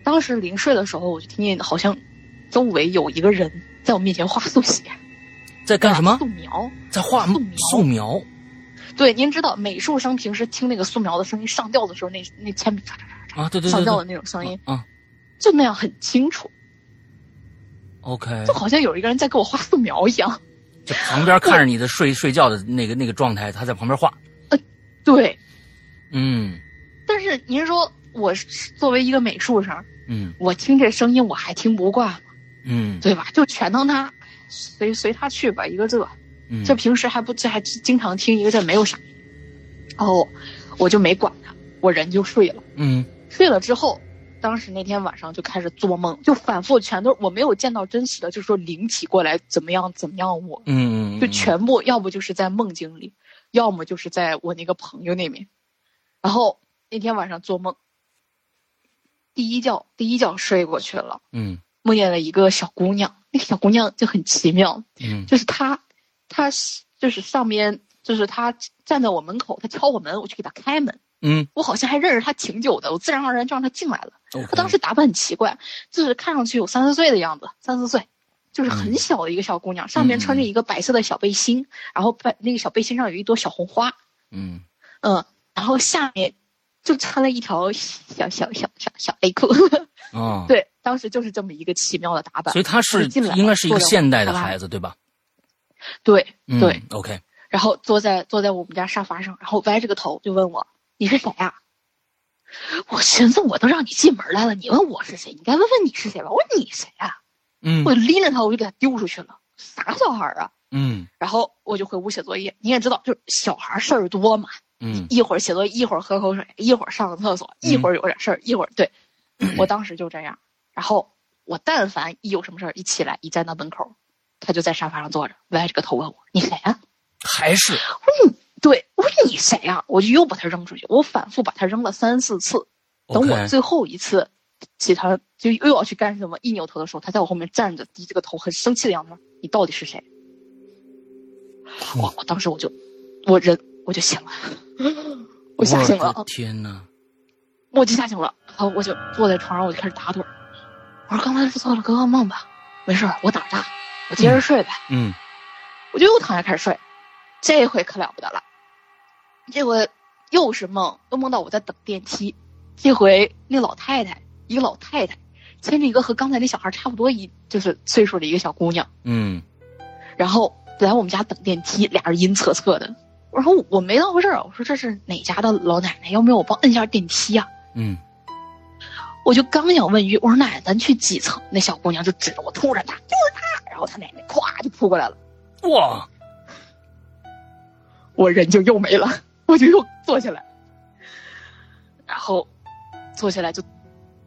S3: 当时临睡的时候，我就听见好像周围有一个人在我面前画速写，
S2: 在干什么
S3: 素？描。
S2: 在画
S3: 素描
S2: 素描。
S3: 对，您知道美术生平时听那个素描的声音上吊的时候，那那铅笔唰唰唰
S2: 啊，对对
S3: 唰上
S2: 对
S3: 吊
S2: 对
S3: 的那种声音，
S2: 啊
S3: 就那样很清楚，
S2: ，OK，
S3: 就好像有一个人在给我画素描一样。
S2: 就旁边看着你的睡睡觉的那个那个状态，他在旁边画。
S3: 对，
S2: 嗯
S3: 但是您说我是作为一个美术生，
S2: 嗯
S3: 我听这声音我还听不惯吗？
S2: 嗯
S3: 对吧？就全当他随随他去吧，一个这
S2: 嗯，
S3: 这平时还不这还经常听，一个这没有啥。然后我就没管他，我人就睡了。
S2: 嗯
S3: 睡了之后，当时那天晚上就开始做梦，就反复全都我没有见到真实的，就是说灵体过来怎么样怎么样我，
S2: 嗯嗯，
S3: 就全部要不就是在梦境里，要么就是在我那个朋友那边。然后那天晚上做梦，第一觉第一觉睡过去了，
S2: 嗯
S3: 梦见了一个小姑娘，那个小姑娘就很奇妙，
S2: 嗯
S3: 就是她，她就是上面就是她站在我门口，她敲我门，我去给她开门，
S2: 嗯
S3: 我好像还认识她挺久的，我自然而然就让她进来了。
S2: ，OK，
S3: 她当时打扮很奇怪，就是看上去有三四岁的样子，三四岁，就是很
S2: 嗯
S3: 小的一个小姑娘，上面穿着一个白色的小背心，然后白那个小背心上有一朵小红花，
S2: 嗯
S3: 嗯，然后下面就穿了一条小小小小小内裤， [laughs]
S2: 啊，，
S3: 对，当时就是这么一个奇妙的打扮
S2: 所以，他是
S3: 她就进来了
S2: 应该是一个
S3: 坐在我
S2: 现代的
S3: 沙发
S2: 孩子对吧？
S3: 对，
S2: 嗯
S3: 对
S2: ，OK，
S3: 然后坐在坐在我们家沙发上，然后歪着个头就问我你是谁呀、我寻思我都让你进门来了，你问我是谁，你该问问你是谁吧。我说你谁啊呀、
S2: 嗯
S3: 我拎着他，我就给他丢出去了。啥小孩儿啊？
S2: 嗯
S3: 然后我就回屋写作业。你也知道，就是小孩儿事儿多嘛，
S2: 嗯
S3: 一会儿写作业，一会儿喝口水，一会儿上个厕所，
S2: 嗯
S3: 一会儿有点事儿，一会儿
S2: [clears throat]
S3: 对。我当时就这样。然后我但凡一有什么事儿，一起来一站到门口，他就在沙发上坐着，歪着个头问我：“你谁 [laughs] 呀、
S2: 还是
S3: 对，我说你谁呀、我就又把他扔出去，我反复把他扔了三四次。等
S2: OK
S3: 我最后一次起他就又要去干什么，一扭头的时候，他在我后面站着，低着个头，很生气的样子说：“你到底是谁？”我我当时我就我人我就醒
S2: [laughs]
S3: 了，我啊吓醒了
S2: 我的，天哪，
S3: 我就吓醒了，然后我就坐在床上，我就开始打盹儿。我说刚才是做了个噩梦吧，没事儿，我胆儿大，我接着睡呗。
S2: 嗯
S3: 我就又躺下开始睡，这回可了不得了，这回又是梦，又梦到我在等电梯，这回那老太太，一个老太太牵着一个和刚才那小孩差不多一就是岁数的一个小姑娘，
S2: 嗯
S3: 然后来我们家等电梯，俩人阴恻恻的，然后我没当回事儿，我说这是哪家的老奶奶，要不要我帮摁一下电梯啊？
S2: 嗯
S3: 我就刚想问一句，我说奶奶咱去几层？那小姑娘就指着我，突然大就是他，然后她奶奶咵就扑过来了。
S2: 哇，
S3: 我人就又没了，我就又坐起来，然后坐起来就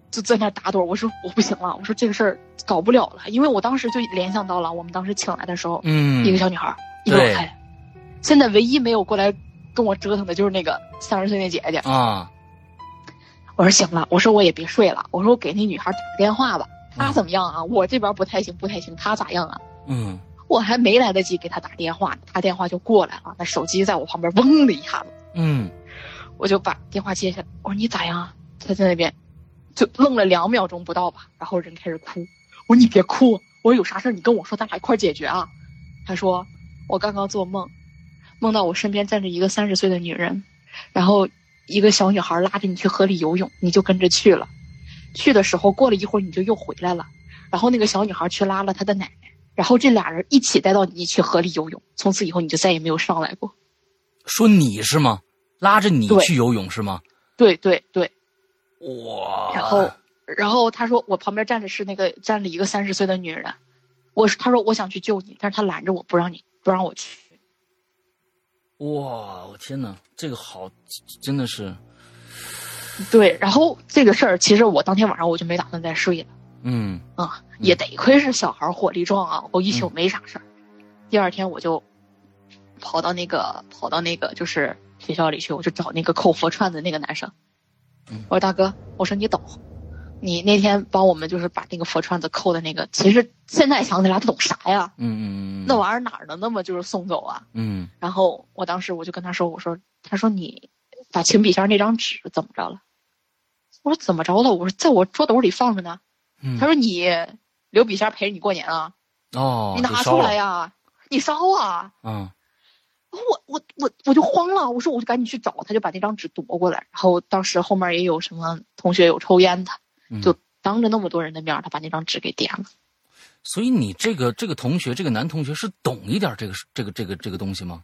S3: 就在那儿打盹儿。我说我不行了，我说这个事儿搞不了了，因为我当时就联想到了我们当时请来的时候，
S2: 嗯
S3: 一个小女孩儿，一个老
S2: 对
S3: 太太。现在唯一没有过来跟我折腾的就是那个三十岁那姐姐。
S2: 啊，
S3: 我说行了，我说我也别睡了，我说我给那女孩打个电话吧，她
S2: 嗯
S3: 怎么样啊？我这边不太行，不太行，她咋样啊？
S2: 嗯
S3: 我还没来得及给她打电话呢，她电话就过来了，那手机在我旁边嗡的一下子。
S2: 嗯
S3: 我就把电话接下来，我说你咋样啊？他在那边就愣了两秒钟不到吧，然后人开始哭。我说你别哭，我说有啥事儿你跟我说，咱俩一块儿解决啊。他说我刚刚做梦，梦到我身边站着一个三十岁的女人，然后一个小女孩拉着你去河里游泳，你就跟着去了。去的时候过了一会儿你就又回来了，然后那个小女孩去拉了她的奶奶，然后这俩人一起带到你去河里游泳，从此以后你就再也没有上来过。
S2: 说你是吗？拉着你
S3: 对
S2: 去游泳是吗？
S3: 对对对，
S2: 哇，
S3: 然后，然后他说我旁边站着是那个站着一个三十岁的女人，我是他说我想去救你，但是他拦着我不让你不让我去。
S2: 哇，我天哪，这个好，真的是，
S3: 对，然后这个事儿其实我当天晚上我就没打算再睡了
S2: 嗯
S3: 啊、也得亏是小孩儿火力壮啊，我一宿没啥事儿。
S2: 嗯
S3: 第二天我就跑到那个跑到那个就是学校里去，我就找那个扣佛串的那个男生，
S2: 嗯
S3: 我说大哥，我说你懂。你那天帮我们就是把那个佛串子扣的那个，其实现在想起来他懂啥呀？
S2: 嗯嗯嗯，
S3: 那玩意儿哪儿能那么就是送走啊？
S2: 嗯
S3: 然后我当时我就跟他说，我说，他说你把请笔仙那张纸怎么着了？我说怎么着了？我说在我桌斗里放着呢。
S2: 嗯，
S3: 他说你留笔仙陪着你过年啊，
S2: 哦，
S3: 你
S2: 给
S3: 拿
S2: 烧
S3: 出来
S2: 了，
S3: 呀、你烧啊！
S2: 嗯
S3: 我我我我就慌了，我说我就赶紧去找，他就把那张纸夺过来。然后当时后面也有什么同学有抽烟的，
S2: 嗯，
S3: 就当着那么多人的面儿，他把那张纸给点了。
S2: 所以你这个这个同学，这个男同学是懂一点这个这个这个这个东西吗？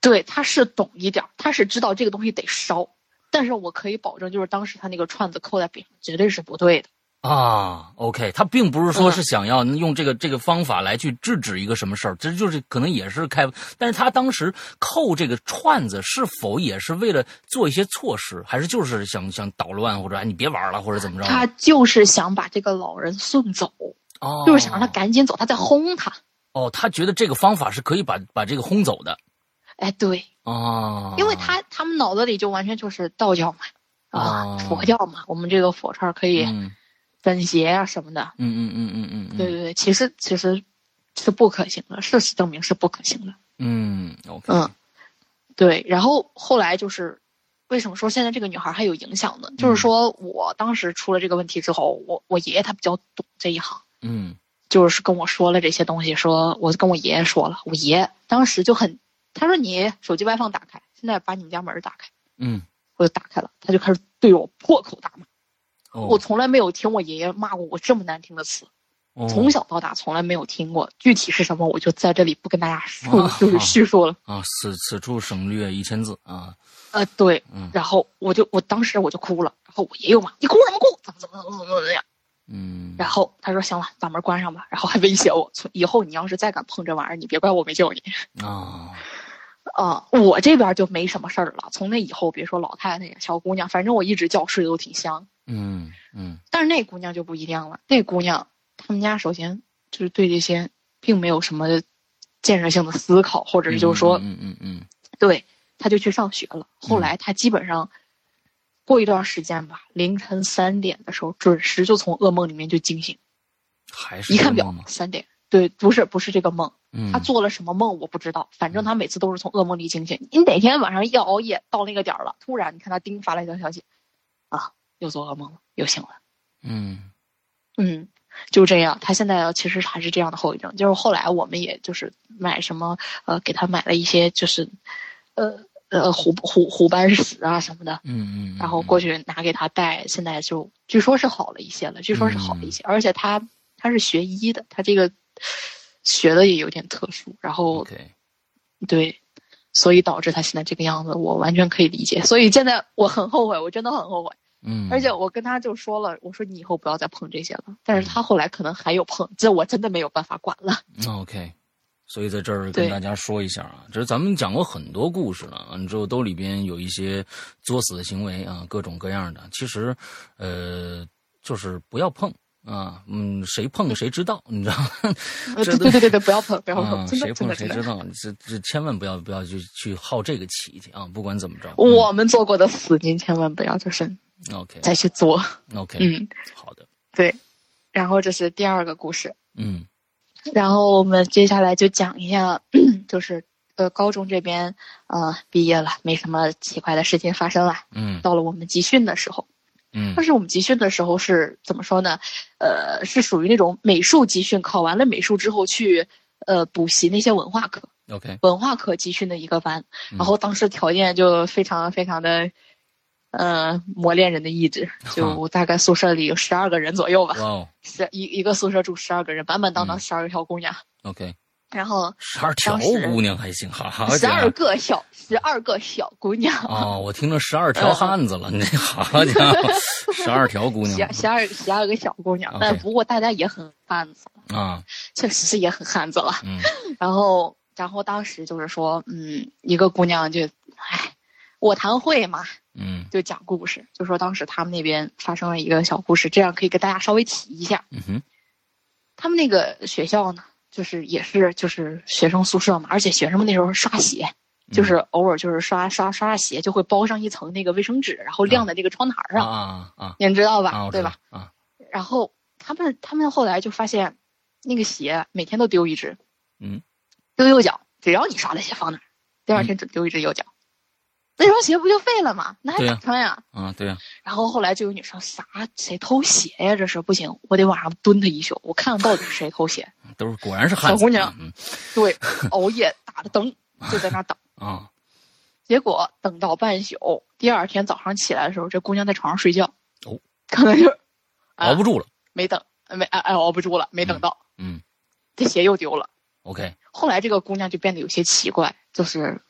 S3: 对，他是懂一点儿，他是知道这个东西得烧，但是我可以保证，就是当时他那个串子扣在笔上绝对是不对的。
S2: 啊，OK，他并不是说
S3: 嗯
S2: 是想要用这个、这个方法来去制止一个什么事儿，这就是可能也是开，但是他当时扣这个串子是否也是为了做一些措施，还是就是想想捣乱或者哎你别玩了或者怎么着？
S3: 他就是想把这个老人送走，
S2: 哦，
S3: 就是想让他赶紧走，他在轰他。
S2: 哦，他觉得这个方法是可以把把这个轰走的。
S3: 哎，对，
S2: 啊，
S3: 因为他他们脑子里就完全就是道教嘛，
S2: 啊
S3: 啊，佛教嘛，我们这个佛圈儿可以
S2: 嗯
S3: 整邪啊什么的。
S2: 嗯嗯嗯嗯嗯，嗯
S3: 对对对，其实其实是不可行的，事实证明是不可行的。
S2: 嗯，OK，
S3: 嗯，对。然后后来就是，为什么说现在这个女孩还有影响呢？
S2: 嗯
S3: 就是说我当时出了这个问题之后，我我爷爷他比较懂这一行，
S2: 嗯
S3: 就是跟我说了这些东西，说我跟我爷爷说了，我爷当时就很，他说你手机外放打开，现在把你们家门打开，
S2: 嗯，
S3: 我就打开了，他就开始对我破口大骂。
S2: 哦
S3: 我从来没有听我爷爷骂过我这么难听的词。
S2: 哦
S3: 从小到大从来没有听过，具体是什么我就在这里不跟大家说，
S2: 啊
S3: 就是叙述了。
S2: 啊，此此处省略一千字啊，
S3: 呃，对
S2: 嗯，
S3: 然后我就我当时我就哭了，然后我爷又骂你哭什么哭，怎么怎么怎么怎么怎么样，
S2: 嗯，
S3: 然后他说行了，把门关上吧，然后还威胁我，从以后你要是再敢碰这玩意儿，你别怪我没救你
S2: 啊，
S3: 啊、我这边就没什么事儿了，从那以后别说老太太呀、小姑娘，反正我一直觉睡得都挺香，
S2: 嗯嗯
S3: 但是那姑娘就不一样了，那姑娘他们家首先就是对这些并没有什么建设性的思考，或者是就是说。
S2: 嗯嗯嗯
S3: 对，他就去上学了。后
S2: 嗯
S3: 来他基本上过一段时间吧，凌晨三点的时候准时就从噩梦里面就惊醒，
S2: 还是
S3: 一看表
S2: 梦嘛，
S3: 三点。对，不是不是这个梦，
S2: 嗯，
S3: 他做了什么梦我不知道，反正他每次都是从噩梦里惊醒。你哪天晚上一熬夜到那个点儿了，突然你看他叮发来一条消息，啊，又做噩梦了，又醒了。
S2: 嗯
S3: 嗯，就这样。他现在其实还是这样的后遗症，就是后来我们也就是买什么呃，给他买了一些就是，呃呃虎虎虎斑石啊什么的，
S2: 嗯嗯，
S3: 然后过去拿给他带。现在就据说是好了一些了，据说是好了
S2: 嗯
S3: 一些，而且他他是学医的，他这个学的也有点特殊，然后
S2: OK，
S3: 对。所以导致他现在这个样子，我完全可以理解。所以现在我很后悔，我真的很后悔。
S2: 嗯，
S3: 而且我跟他就说了，我说你以后不要再碰这些了。
S2: 嗯
S3: 但是他后来可能还有碰，这我真的没有办法管
S2: [laughs]
S3: 了。
S2: OK，所以在这儿跟
S3: 对
S2: 大家说一下啊，这咱们讲过很多故事了，完之后都里边有一些作死的行为啊，各种各样的。其实，呃，就是不要碰啊，嗯，谁碰谁知道，你知道吗？
S3: 呃
S2: 这
S3: 对
S2: 都
S3: 对对对对，不要碰，不要
S2: 啊，
S3: 碰，真
S2: 谁
S3: 的真
S2: 碰
S3: 的
S2: 谁
S3: 真
S2: 知
S3: 的。
S2: 道，这这千万不要不要去去好这个奇去啊！不管怎么着，
S3: 我们做过的死，您千万不要就是
S2: 嗯 OK
S3: 再去做。
S2: OK，
S3: [laughs] 嗯，
S2: 好的，
S3: 对。然后这是第二个故事，
S2: 嗯
S3: 然后我们接下来就讲一下， [clears throat] 就是呃高中这边呃毕业了，没什么奇怪的事情发生了。
S2: 嗯
S3: 到了我们集训的时候，
S2: 嗯
S3: 但是我们集训的时候是怎么说呢？呃，是属于那种美术集训，考完了美术之后去呃补习那些文化课，
S2: 嗯，OK，
S3: 文化课集训的一个班。
S2: 嗯
S3: 然后当时条件就非常非常的，呃，磨练人的
S2: [laughs]
S3: 意志。就大概宿舍里有十二个人左右吧
S2: 哇，哦
S3: 十一一个宿舍住十二个人，满满当当
S2: 嗯
S3: 十二个小姑娘。
S2: ，OK，
S3: 然后
S2: 十二条
S3: 当时
S2: 姑娘还行，好好
S3: 十
S2: 家伙
S3: 二个小十二个小姑娘，
S2: 哦，我听着十二条汉子了，你 [laughs] 这好家伙，十二条姑
S3: 十
S2: 娘
S3: 十二十二个小姑娘
S2: OK。
S3: 但不过大家也很汉子，
S2: 啊，
S3: 确实是也很汉子了。
S2: 嗯
S3: 然后，然后当时就是说，嗯，一个姑娘就，哎，我谈会嘛，
S2: 嗯
S3: 就讲故事，就说当时他们那边发生了一个小故事，这样可以给大家稍微提一下。
S2: 嗯哼，
S3: 他们那个学校呢，就是也是就是学生宿舍嘛，而且学生们那时候刷鞋，
S2: 嗯
S3: 就是偶尔就是刷刷刷刷鞋，就会包上一层那个卫生纸，然后晾在这个窗台
S2: 啊
S3: 上，
S2: 啊啊
S3: 你们知道吧？
S2: 啊，我
S3: 对
S2: 知
S3: 吧
S2: 道？啊，
S3: 然后他们他们后来就发现，那个鞋每天都丢一只，
S2: 嗯，
S3: 丢右脚，只要你刷的鞋放哪儿，第二天只丢一只右脚，那双鞋不就废了吗？那还
S2: 对
S3: 咋
S2: 呀
S3: 穿呀、
S2: 啊对啊，
S3: 然后后来就有女生啥谁偷鞋呀？这是不行，我得晚上蹲他一宿，我看看到底是谁偷鞋。
S2: 都是果然是汉子，
S3: 小姑娘
S2: 嗯 [laughs]
S3: 对，熬夜打着灯就在那儿等，
S2: 啊，
S3: 结果等到半宿，第二天早上起来的时候，这姑娘在床上睡觉，
S2: 哦，
S3: 可能就是啊
S2: 熬不住了，
S3: 没等没哎哎熬不住了，没等到，
S2: 嗯
S3: 这鞋又丢了。
S2: ，OK，
S3: 后来这个姑娘就变得有些奇怪，就是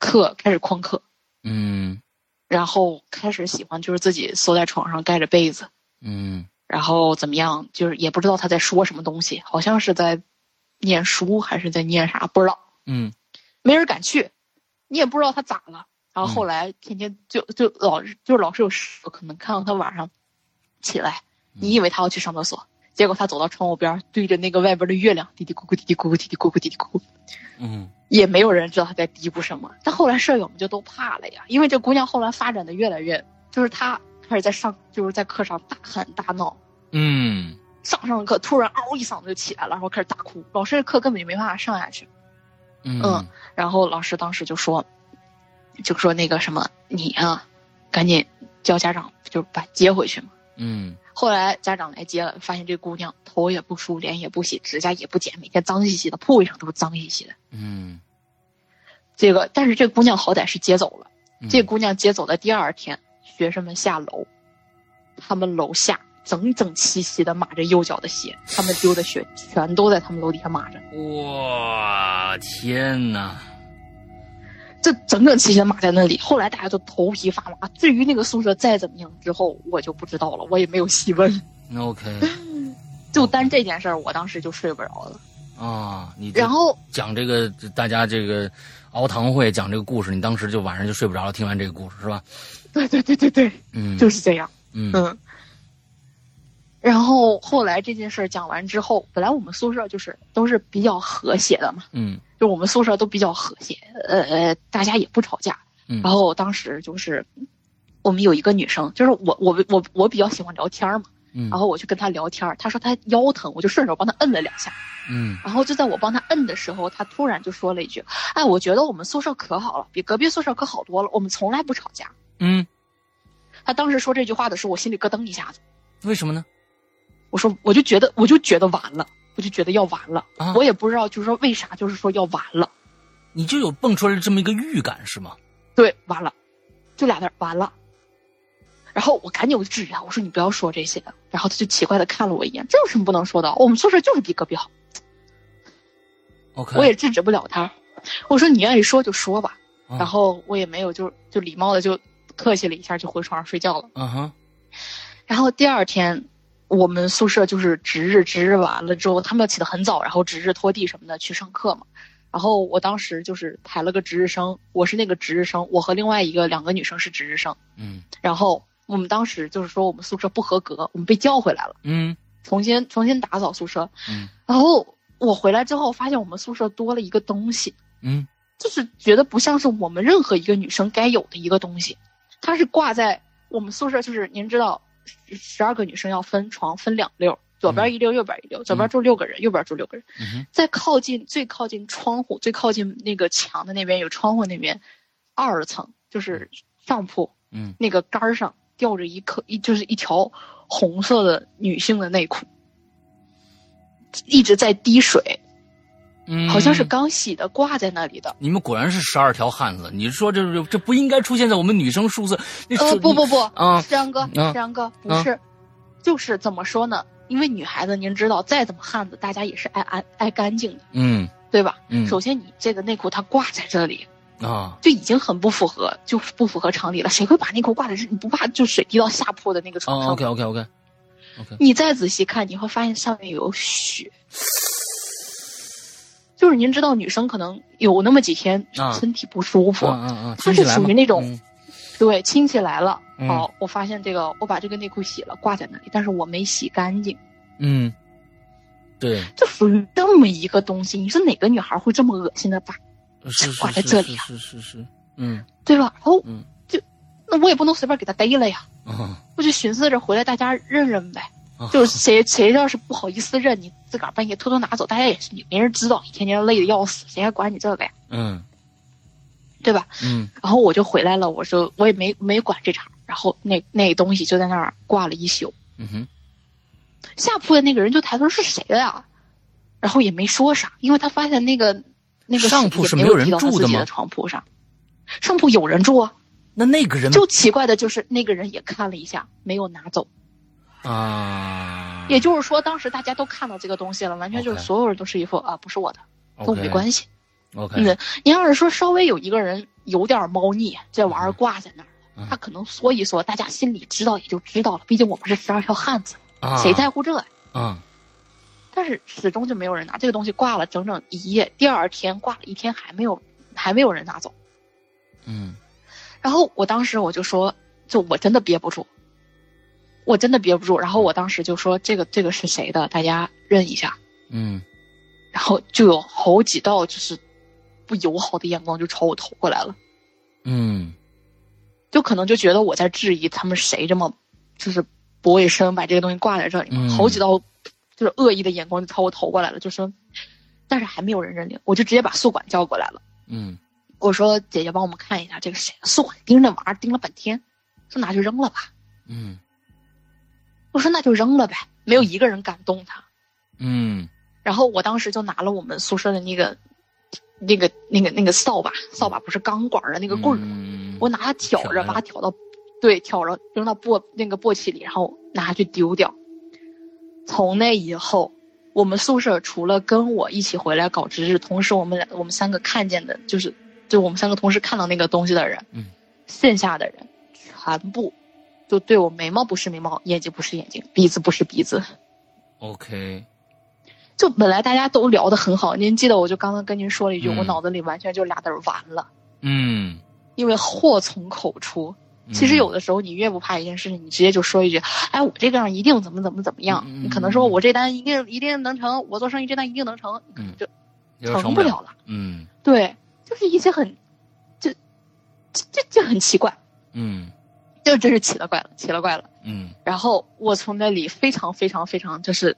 S3: 课开始旷课，
S2: 嗯
S3: 然后开始喜欢就是自己缩在床上盖着被子，
S2: 嗯
S3: 然后怎么样，就是也不知道她在说什么东西，好像是在念书还是在念啥，不知道，
S2: 嗯
S3: 没人敢去，你也不知道她咋了。然后后来天天就就老就是老是有室友可能看到她晚上起来，你以为她要去上厕所，结果他走到窗户边，对着那个外边的月亮嘀嘀咕咕、嘀嘀咕咕、嘀嘀咕咕、嘀嘀咕咕，
S2: 嗯
S3: 也没有人知道他在嘀咕什么。但后来舍友们就都怕了呀，因为这姑娘后来发展的越来越，就是她开始在上，就是在课上大喊大闹，
S2: 嗯
S3: 上上课突然嗷一嗓子就起来了，然后开始大哭，老师课根本就没办法上下去。
S2: 嗯
S3: 嗯然后老师当时就说，就说那个什么你啊，赶紧叫家长就把接回去嘛。
S2: 嗯
S3: 后来家长来接了，发现这姑娘头也不梳，脸也不洗，指甲也不剪，每天脏兮兮的，铺位上都是脏兮兮的。
S2: 嗯，
S3: 这个，但是这姑娘好歹是接走了。
S2: 嗯
S3: 这姑娘接走的第二天，学生们下楼，他们楼下整整齐齐的码着右脚的鞋，他们丢的雪全都在他们楼底下码着，
S2: 哇天哪！
S3: 这整整齐齐的码在那里。后来大家都头皮发麻。至于那个宿舍再怎么样之后，我就不知道了，我也没有细问。 [laughs]
S2: 那 OK
S3: 就单这件事儿，我当时就睡不着了。
S2: 啊，你这
S3: 然后
S2: 讲这个大家这个熬堂会讲这个故事，你当时就晚上就睡不着了，听完这个故事是吧？
S3: 对对对对对，
S2: 嗯，
S3: 就是这样。
S2: 嗯
S3: 嗯。然后后来这件事儿讲完之后，本来我们宿舍就是都是比较和谐的嘛，
S2: 嗯
S3: 就我们宿舍都比较和谐，呃呃，大家也不吵架。
S2: 嗯
S3: 然后当时就是我们有一个女生，就是我我我我比较喜欢聊天嘛，
S2: 嗯，
S3: 然后我去跟她聊天，她说她腰疼，我就顺手帮她摁了两下。
S2: 嗯
S3: 然后就在我帮她摁的时候，她突然就说了一句：“哎，我觉得我们宿舍可好了，比隔壁宿舍可好多了，我们从来不吵架。
S2: 嗯，”
S3: 她当时说这句话的时候，我心里咯噔一下子。
S2: 为什么呢？
S3: 我说我就觉得我就觉得完了，我就觉得要完了，
S2: 啊
S3: 我也不知道就是说为啥，就是说要完了，
S2: 你就有蹦出来这么一个预感是吗？
S3: 对，完了，就俩字儿完了。然后我赶紧我就制止他，我说你不要说这些。然后他就奇怪的看了我一眼，这有什么不能说的？我们宿舍就是比隔壁好，
S2: OK，
S3: 我也制止不了他。我说你愿意说就说吧，
S2: 嗯
S3: 然后我也没有就就礼貌的就客气了一下，就回床上睡觉了。
S2: 嗯哼
S3: 然后第二天，我们宿舍就是值日，值日完了之后，他们要起得很早，然后值日拖地什么的去上课嘛。然后我当时就是排了个值日生，我是那个值日生，我和另外一个两个女生是值日生。
S2: 嗯
S3: 然后我们当时就是说我们宿舍不合格，我们被叫回来了，
S2: 嗯
S3: 重新重新打扫宿舍。
S2: 嗯
S3: 然后我回来之后发现我们宿舍多了一个东西，
S2: 嗯
S3: 就是觉得不像是我们任何一个女生该有的一个东西，它是挂在我们宿舍，就是您知道，十二个女生要分床分两溜儿，左边一溜，右边一溜，左边住六个人，右边住六个人，
S2: 嗯哼
S3: 在靠近最靠近窗户、最靠近那个墙的那边有窗户那边，二层就是上铺
S2: 嗯
S3: 那个杆儿上吊着一颗一就是一条红色的女性的内裤，一直在滴水，
S2: 嗯，
S3: 好像是刚洗的，挂在那里的。
S2: 你们果然是十二条汉子。你说这这这不应该出现在我们女生宿舍？那
S3: 呃，
S2: 是
S3: 不不，不，
S2: 啊
S3: 石阳哥，
S2: 啊
S3: 石阳哥，不
S2: 啊
S3: 是，就是怎么说呢？因为女孩子，您知道，再怎么汉子，大家也是爱爱爱干净的，
S2: 嗯
S3: 对吧？
S2: 嗯
S3: 首先，你这个内裤它挂在这里，
S2: 啊
S3: 就已经很不符合，就不符合常理了。谁会把内裤挂在这？你不怕就水滴到下铺的那个床
S2: 啊
S3: 上？
S2: ，OK OK OK，
S3: 你再仔细看，你会发现上面有血。就是您知道，女生可能有那么几天
S2: 啊
S3: 身体不舒服，
S2: 啊啊啊，
S3: 它
S2: 听起
S3: 是
S2: 来
S3: 属
S2: 嘛
S3: 于那种
S2: 嗯
S3: 对，亲戚来了，
S2: 嗯
S3: 好，我发现这个，我把这个内裤洗了，挂在那里，但是我没洗干净，
S2: 嗯，对，
S3: 就属于这么一个东西。你说哪个女孩会这么恶心的把，
S2: 是是
S3: 挂在
S2: 是
S3: 这里啊
S2: 是是是是，嗯
S3: 对吧？然后
S2: 嗯
S3: 就，那我也不能随便给她逮了呀，
S2: 啊
S3: 我就寻思着回来大家认认呗
S2: 啊。
S3: 就是谁谁要是不好意思认，你自个儿半夜偷偷拿走，大家也是也没人知道，你天天累的要死，谁还管你这个呀？
S2: 嗯
S3: 对吧？
S2: 嗯
S3: 然后我就回来了，我说我也没没管这茬儿，然后那那东西就在那儿挂了一宿。
S2: 嗯哼
S3: 下铺的那个人就抬头是谁的呀？然后也没说啥，因为他发现那个那个
S2: 上铺是
S3: 水
S2: 没
S3: 也
S2: 有
S3: 有
S2: 人
S3: 滴到他
S2: 住
S3: 自
S2: 的
S3: 己
S2: 吗
S3: 的床铺上，上铺有人住啊。
S2: 那那个人
S3: 就奇怪的就是那个人也看了一下，没有拿走。
S2: 啊，
S3: 也就是说，当时大家都看到这个东西了，完全就是
S2: OK
S3: 所有人都是一副啊，不是我的，跟我没关系。
S2: OK，
S3: 嗯，您要是说稍微有一个人有点猫腻，这玩意儿挂在那儿
S2: 嗯
S3: 了，他可能说一说，大家心里知道也就知道了。毕竟我们是十二条汉子，谁在乎这呀？
S2: 啊？
S3: 但是始终就没有人拿这个东西挂了整整一夜，第二天挂了一天还没有还没有人拿走。
S2: 嗯
S3: 然后我当时我就说，就我真的憋不住，我真的憋不住。然后我当时就说这个这个是谁的，大家认一下。
S2: 嗯
S3: 然后就有好几道就是不友好的眼光就朝我投过来了，
S2: 嗯
S3: 就可能就觉得我在质疑他们谁这么就是不卫生，把这个东西挂在这里嘛。
S2: 嗯
S3: 好几道就是恶意的眼光就朝我投过来了，就说，但是还没有人认领，我就直接把宿管叫过来了。
S2: 嗯
S3: 我说姐姐帮我们看一下这个谁，宿管盯着那玩意儿盯了半天，说拿去扔了吧。
S2: 嗯
S3: 我说那就扔了呗，没有一个人敢动它。
S2: 嗯
S3: 然后我当时就拿了我们宿舍的那个、那个、那个、那个扫把，扫把不是钢管儿的那
S2: 一
S3: 个棍儿吗，
S2: 儿
S3: 我拿它挑
S2: 嗯挑
S3: 着，
S2: 着
S3: 把它挑到，对，挑着扔到簸那个簸箕里，然后拿它去丢掉。从那以后，我们宿舍除了跟我一起回来搞值日，同时我们俩我们三个看见的，就是就我们三个同时看到那个东西的人，
S2: 嗯
S3: 线下的人全部就对我眉毛不是眉毛，眼睛不是眼睛，鼻子不是鼻子，
S2: OK
S3: 就本来大家都聊得很好，您记得我就刚刚跟您说了一句，
S2: 嗯
S3: 我脑子里完全就俩字儿完了，
S2: 嗯，
S3: 因为祸从口出。其实有的时候你越不怕一件事情，你直接就说一句，哎，我这个样一定怎么怎么怎么样，
S2: 嗯嗯
S3: 你可能说我这单一定一定能成，我做生意这单一定能成，
S2: 嗯
S3: 就
S2: 有
S3: 成
S2: 成
S3: 不了了。
S2: 嗯
S3: 对，就是一些很，就这这这很奇怪，
S2: 嗯
S3: 这真是奇了怪了，奇了怪了。
S2: 嗯
S3: 然后我从那里非常非常非常就是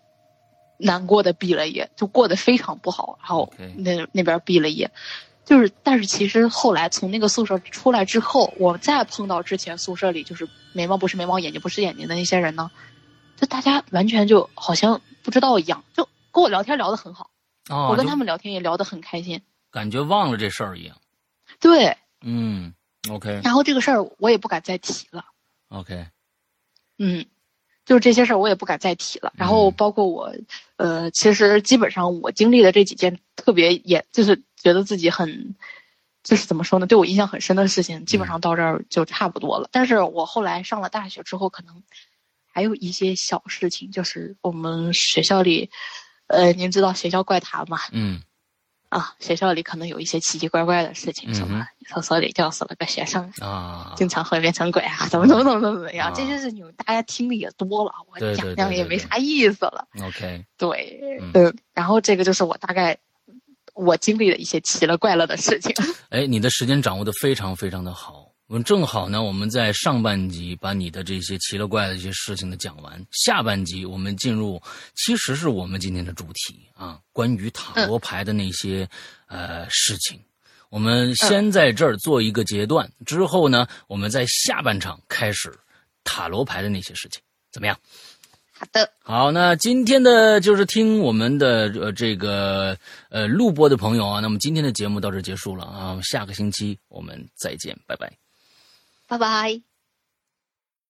S3: 难过的毕了业，就过得非常不好。然后
S2: OK
S3: 那那边毕了业，就是但是其实后来从那个宿舍出来之后，我再碰到之前宿舍里就是眉毛不是眉毛，眼睛不是眼睛的那些人呢，就大家完全就好像不知道一样，就跟我聊天聊得很好，
S2: 啊，
S3: 我跟
S2: 就
S3: 他们聊天也聊得很开心。
S2: 感觉忘了这事儿一样。
S3: 对，
S2: 嗯，OK
S3: 然后这个事儿我也不敢再提了。
S2: OK，
S3: 嗯，就是这些事儿我也不敢再提了。然后
S2: 嗯
S3: 包括我，呃，其实基本上我经历的这几件特别也，就是觉得自己很，就是怎么说呢，对我印象很深的事情，基本
S2: 嗯
S3: 上到这儿就差不多了。但是我后来上了大学之后，可能还有一些小事情，就是我们学校里，呃，您知道学校怪谈吗？
S2: 嗯
S3: 啊，学校里可能有一些奇奇怪怪的事情，什
S2: 嗯
S3: 么厕所里吊死了个学生啊
S2: 啊，
S3: 经常会变成鬼啊，怎么怎么怎么怎么怎么样，
S2: 啊
S3: 这些事情大家听的也多了，我
S2: 对对
S3: 讲
S2: 对
S3: 讲
S2: 对
S3: 也没啥意思了。
S2: OK，
S3: 对，
S2: 嗯
S3: 嗯，然后这个就是我大概我经历的一些奇了怪了的事情。 [laughs]
S2: 哎，你的时间掌握的非常非常的好。我们正好呢，我们在上半集把你的这些奇了怪的一些事情呢讲完，下半集我们进入，其实是我们今天的主题啊，关于塔罗牌的那些、呃事情。我们先在这儿做一个阶段，之后呢，我们在下半场开始塔罗牌的那些事情，怎么样？
S3: 好的，
S2: 好，那今天的就是听我们的呃这个呃录播的朋友啊，那么今天的节目到这儿结束了啊，下个星期我们再见，拜拜。
S3: 拜拜。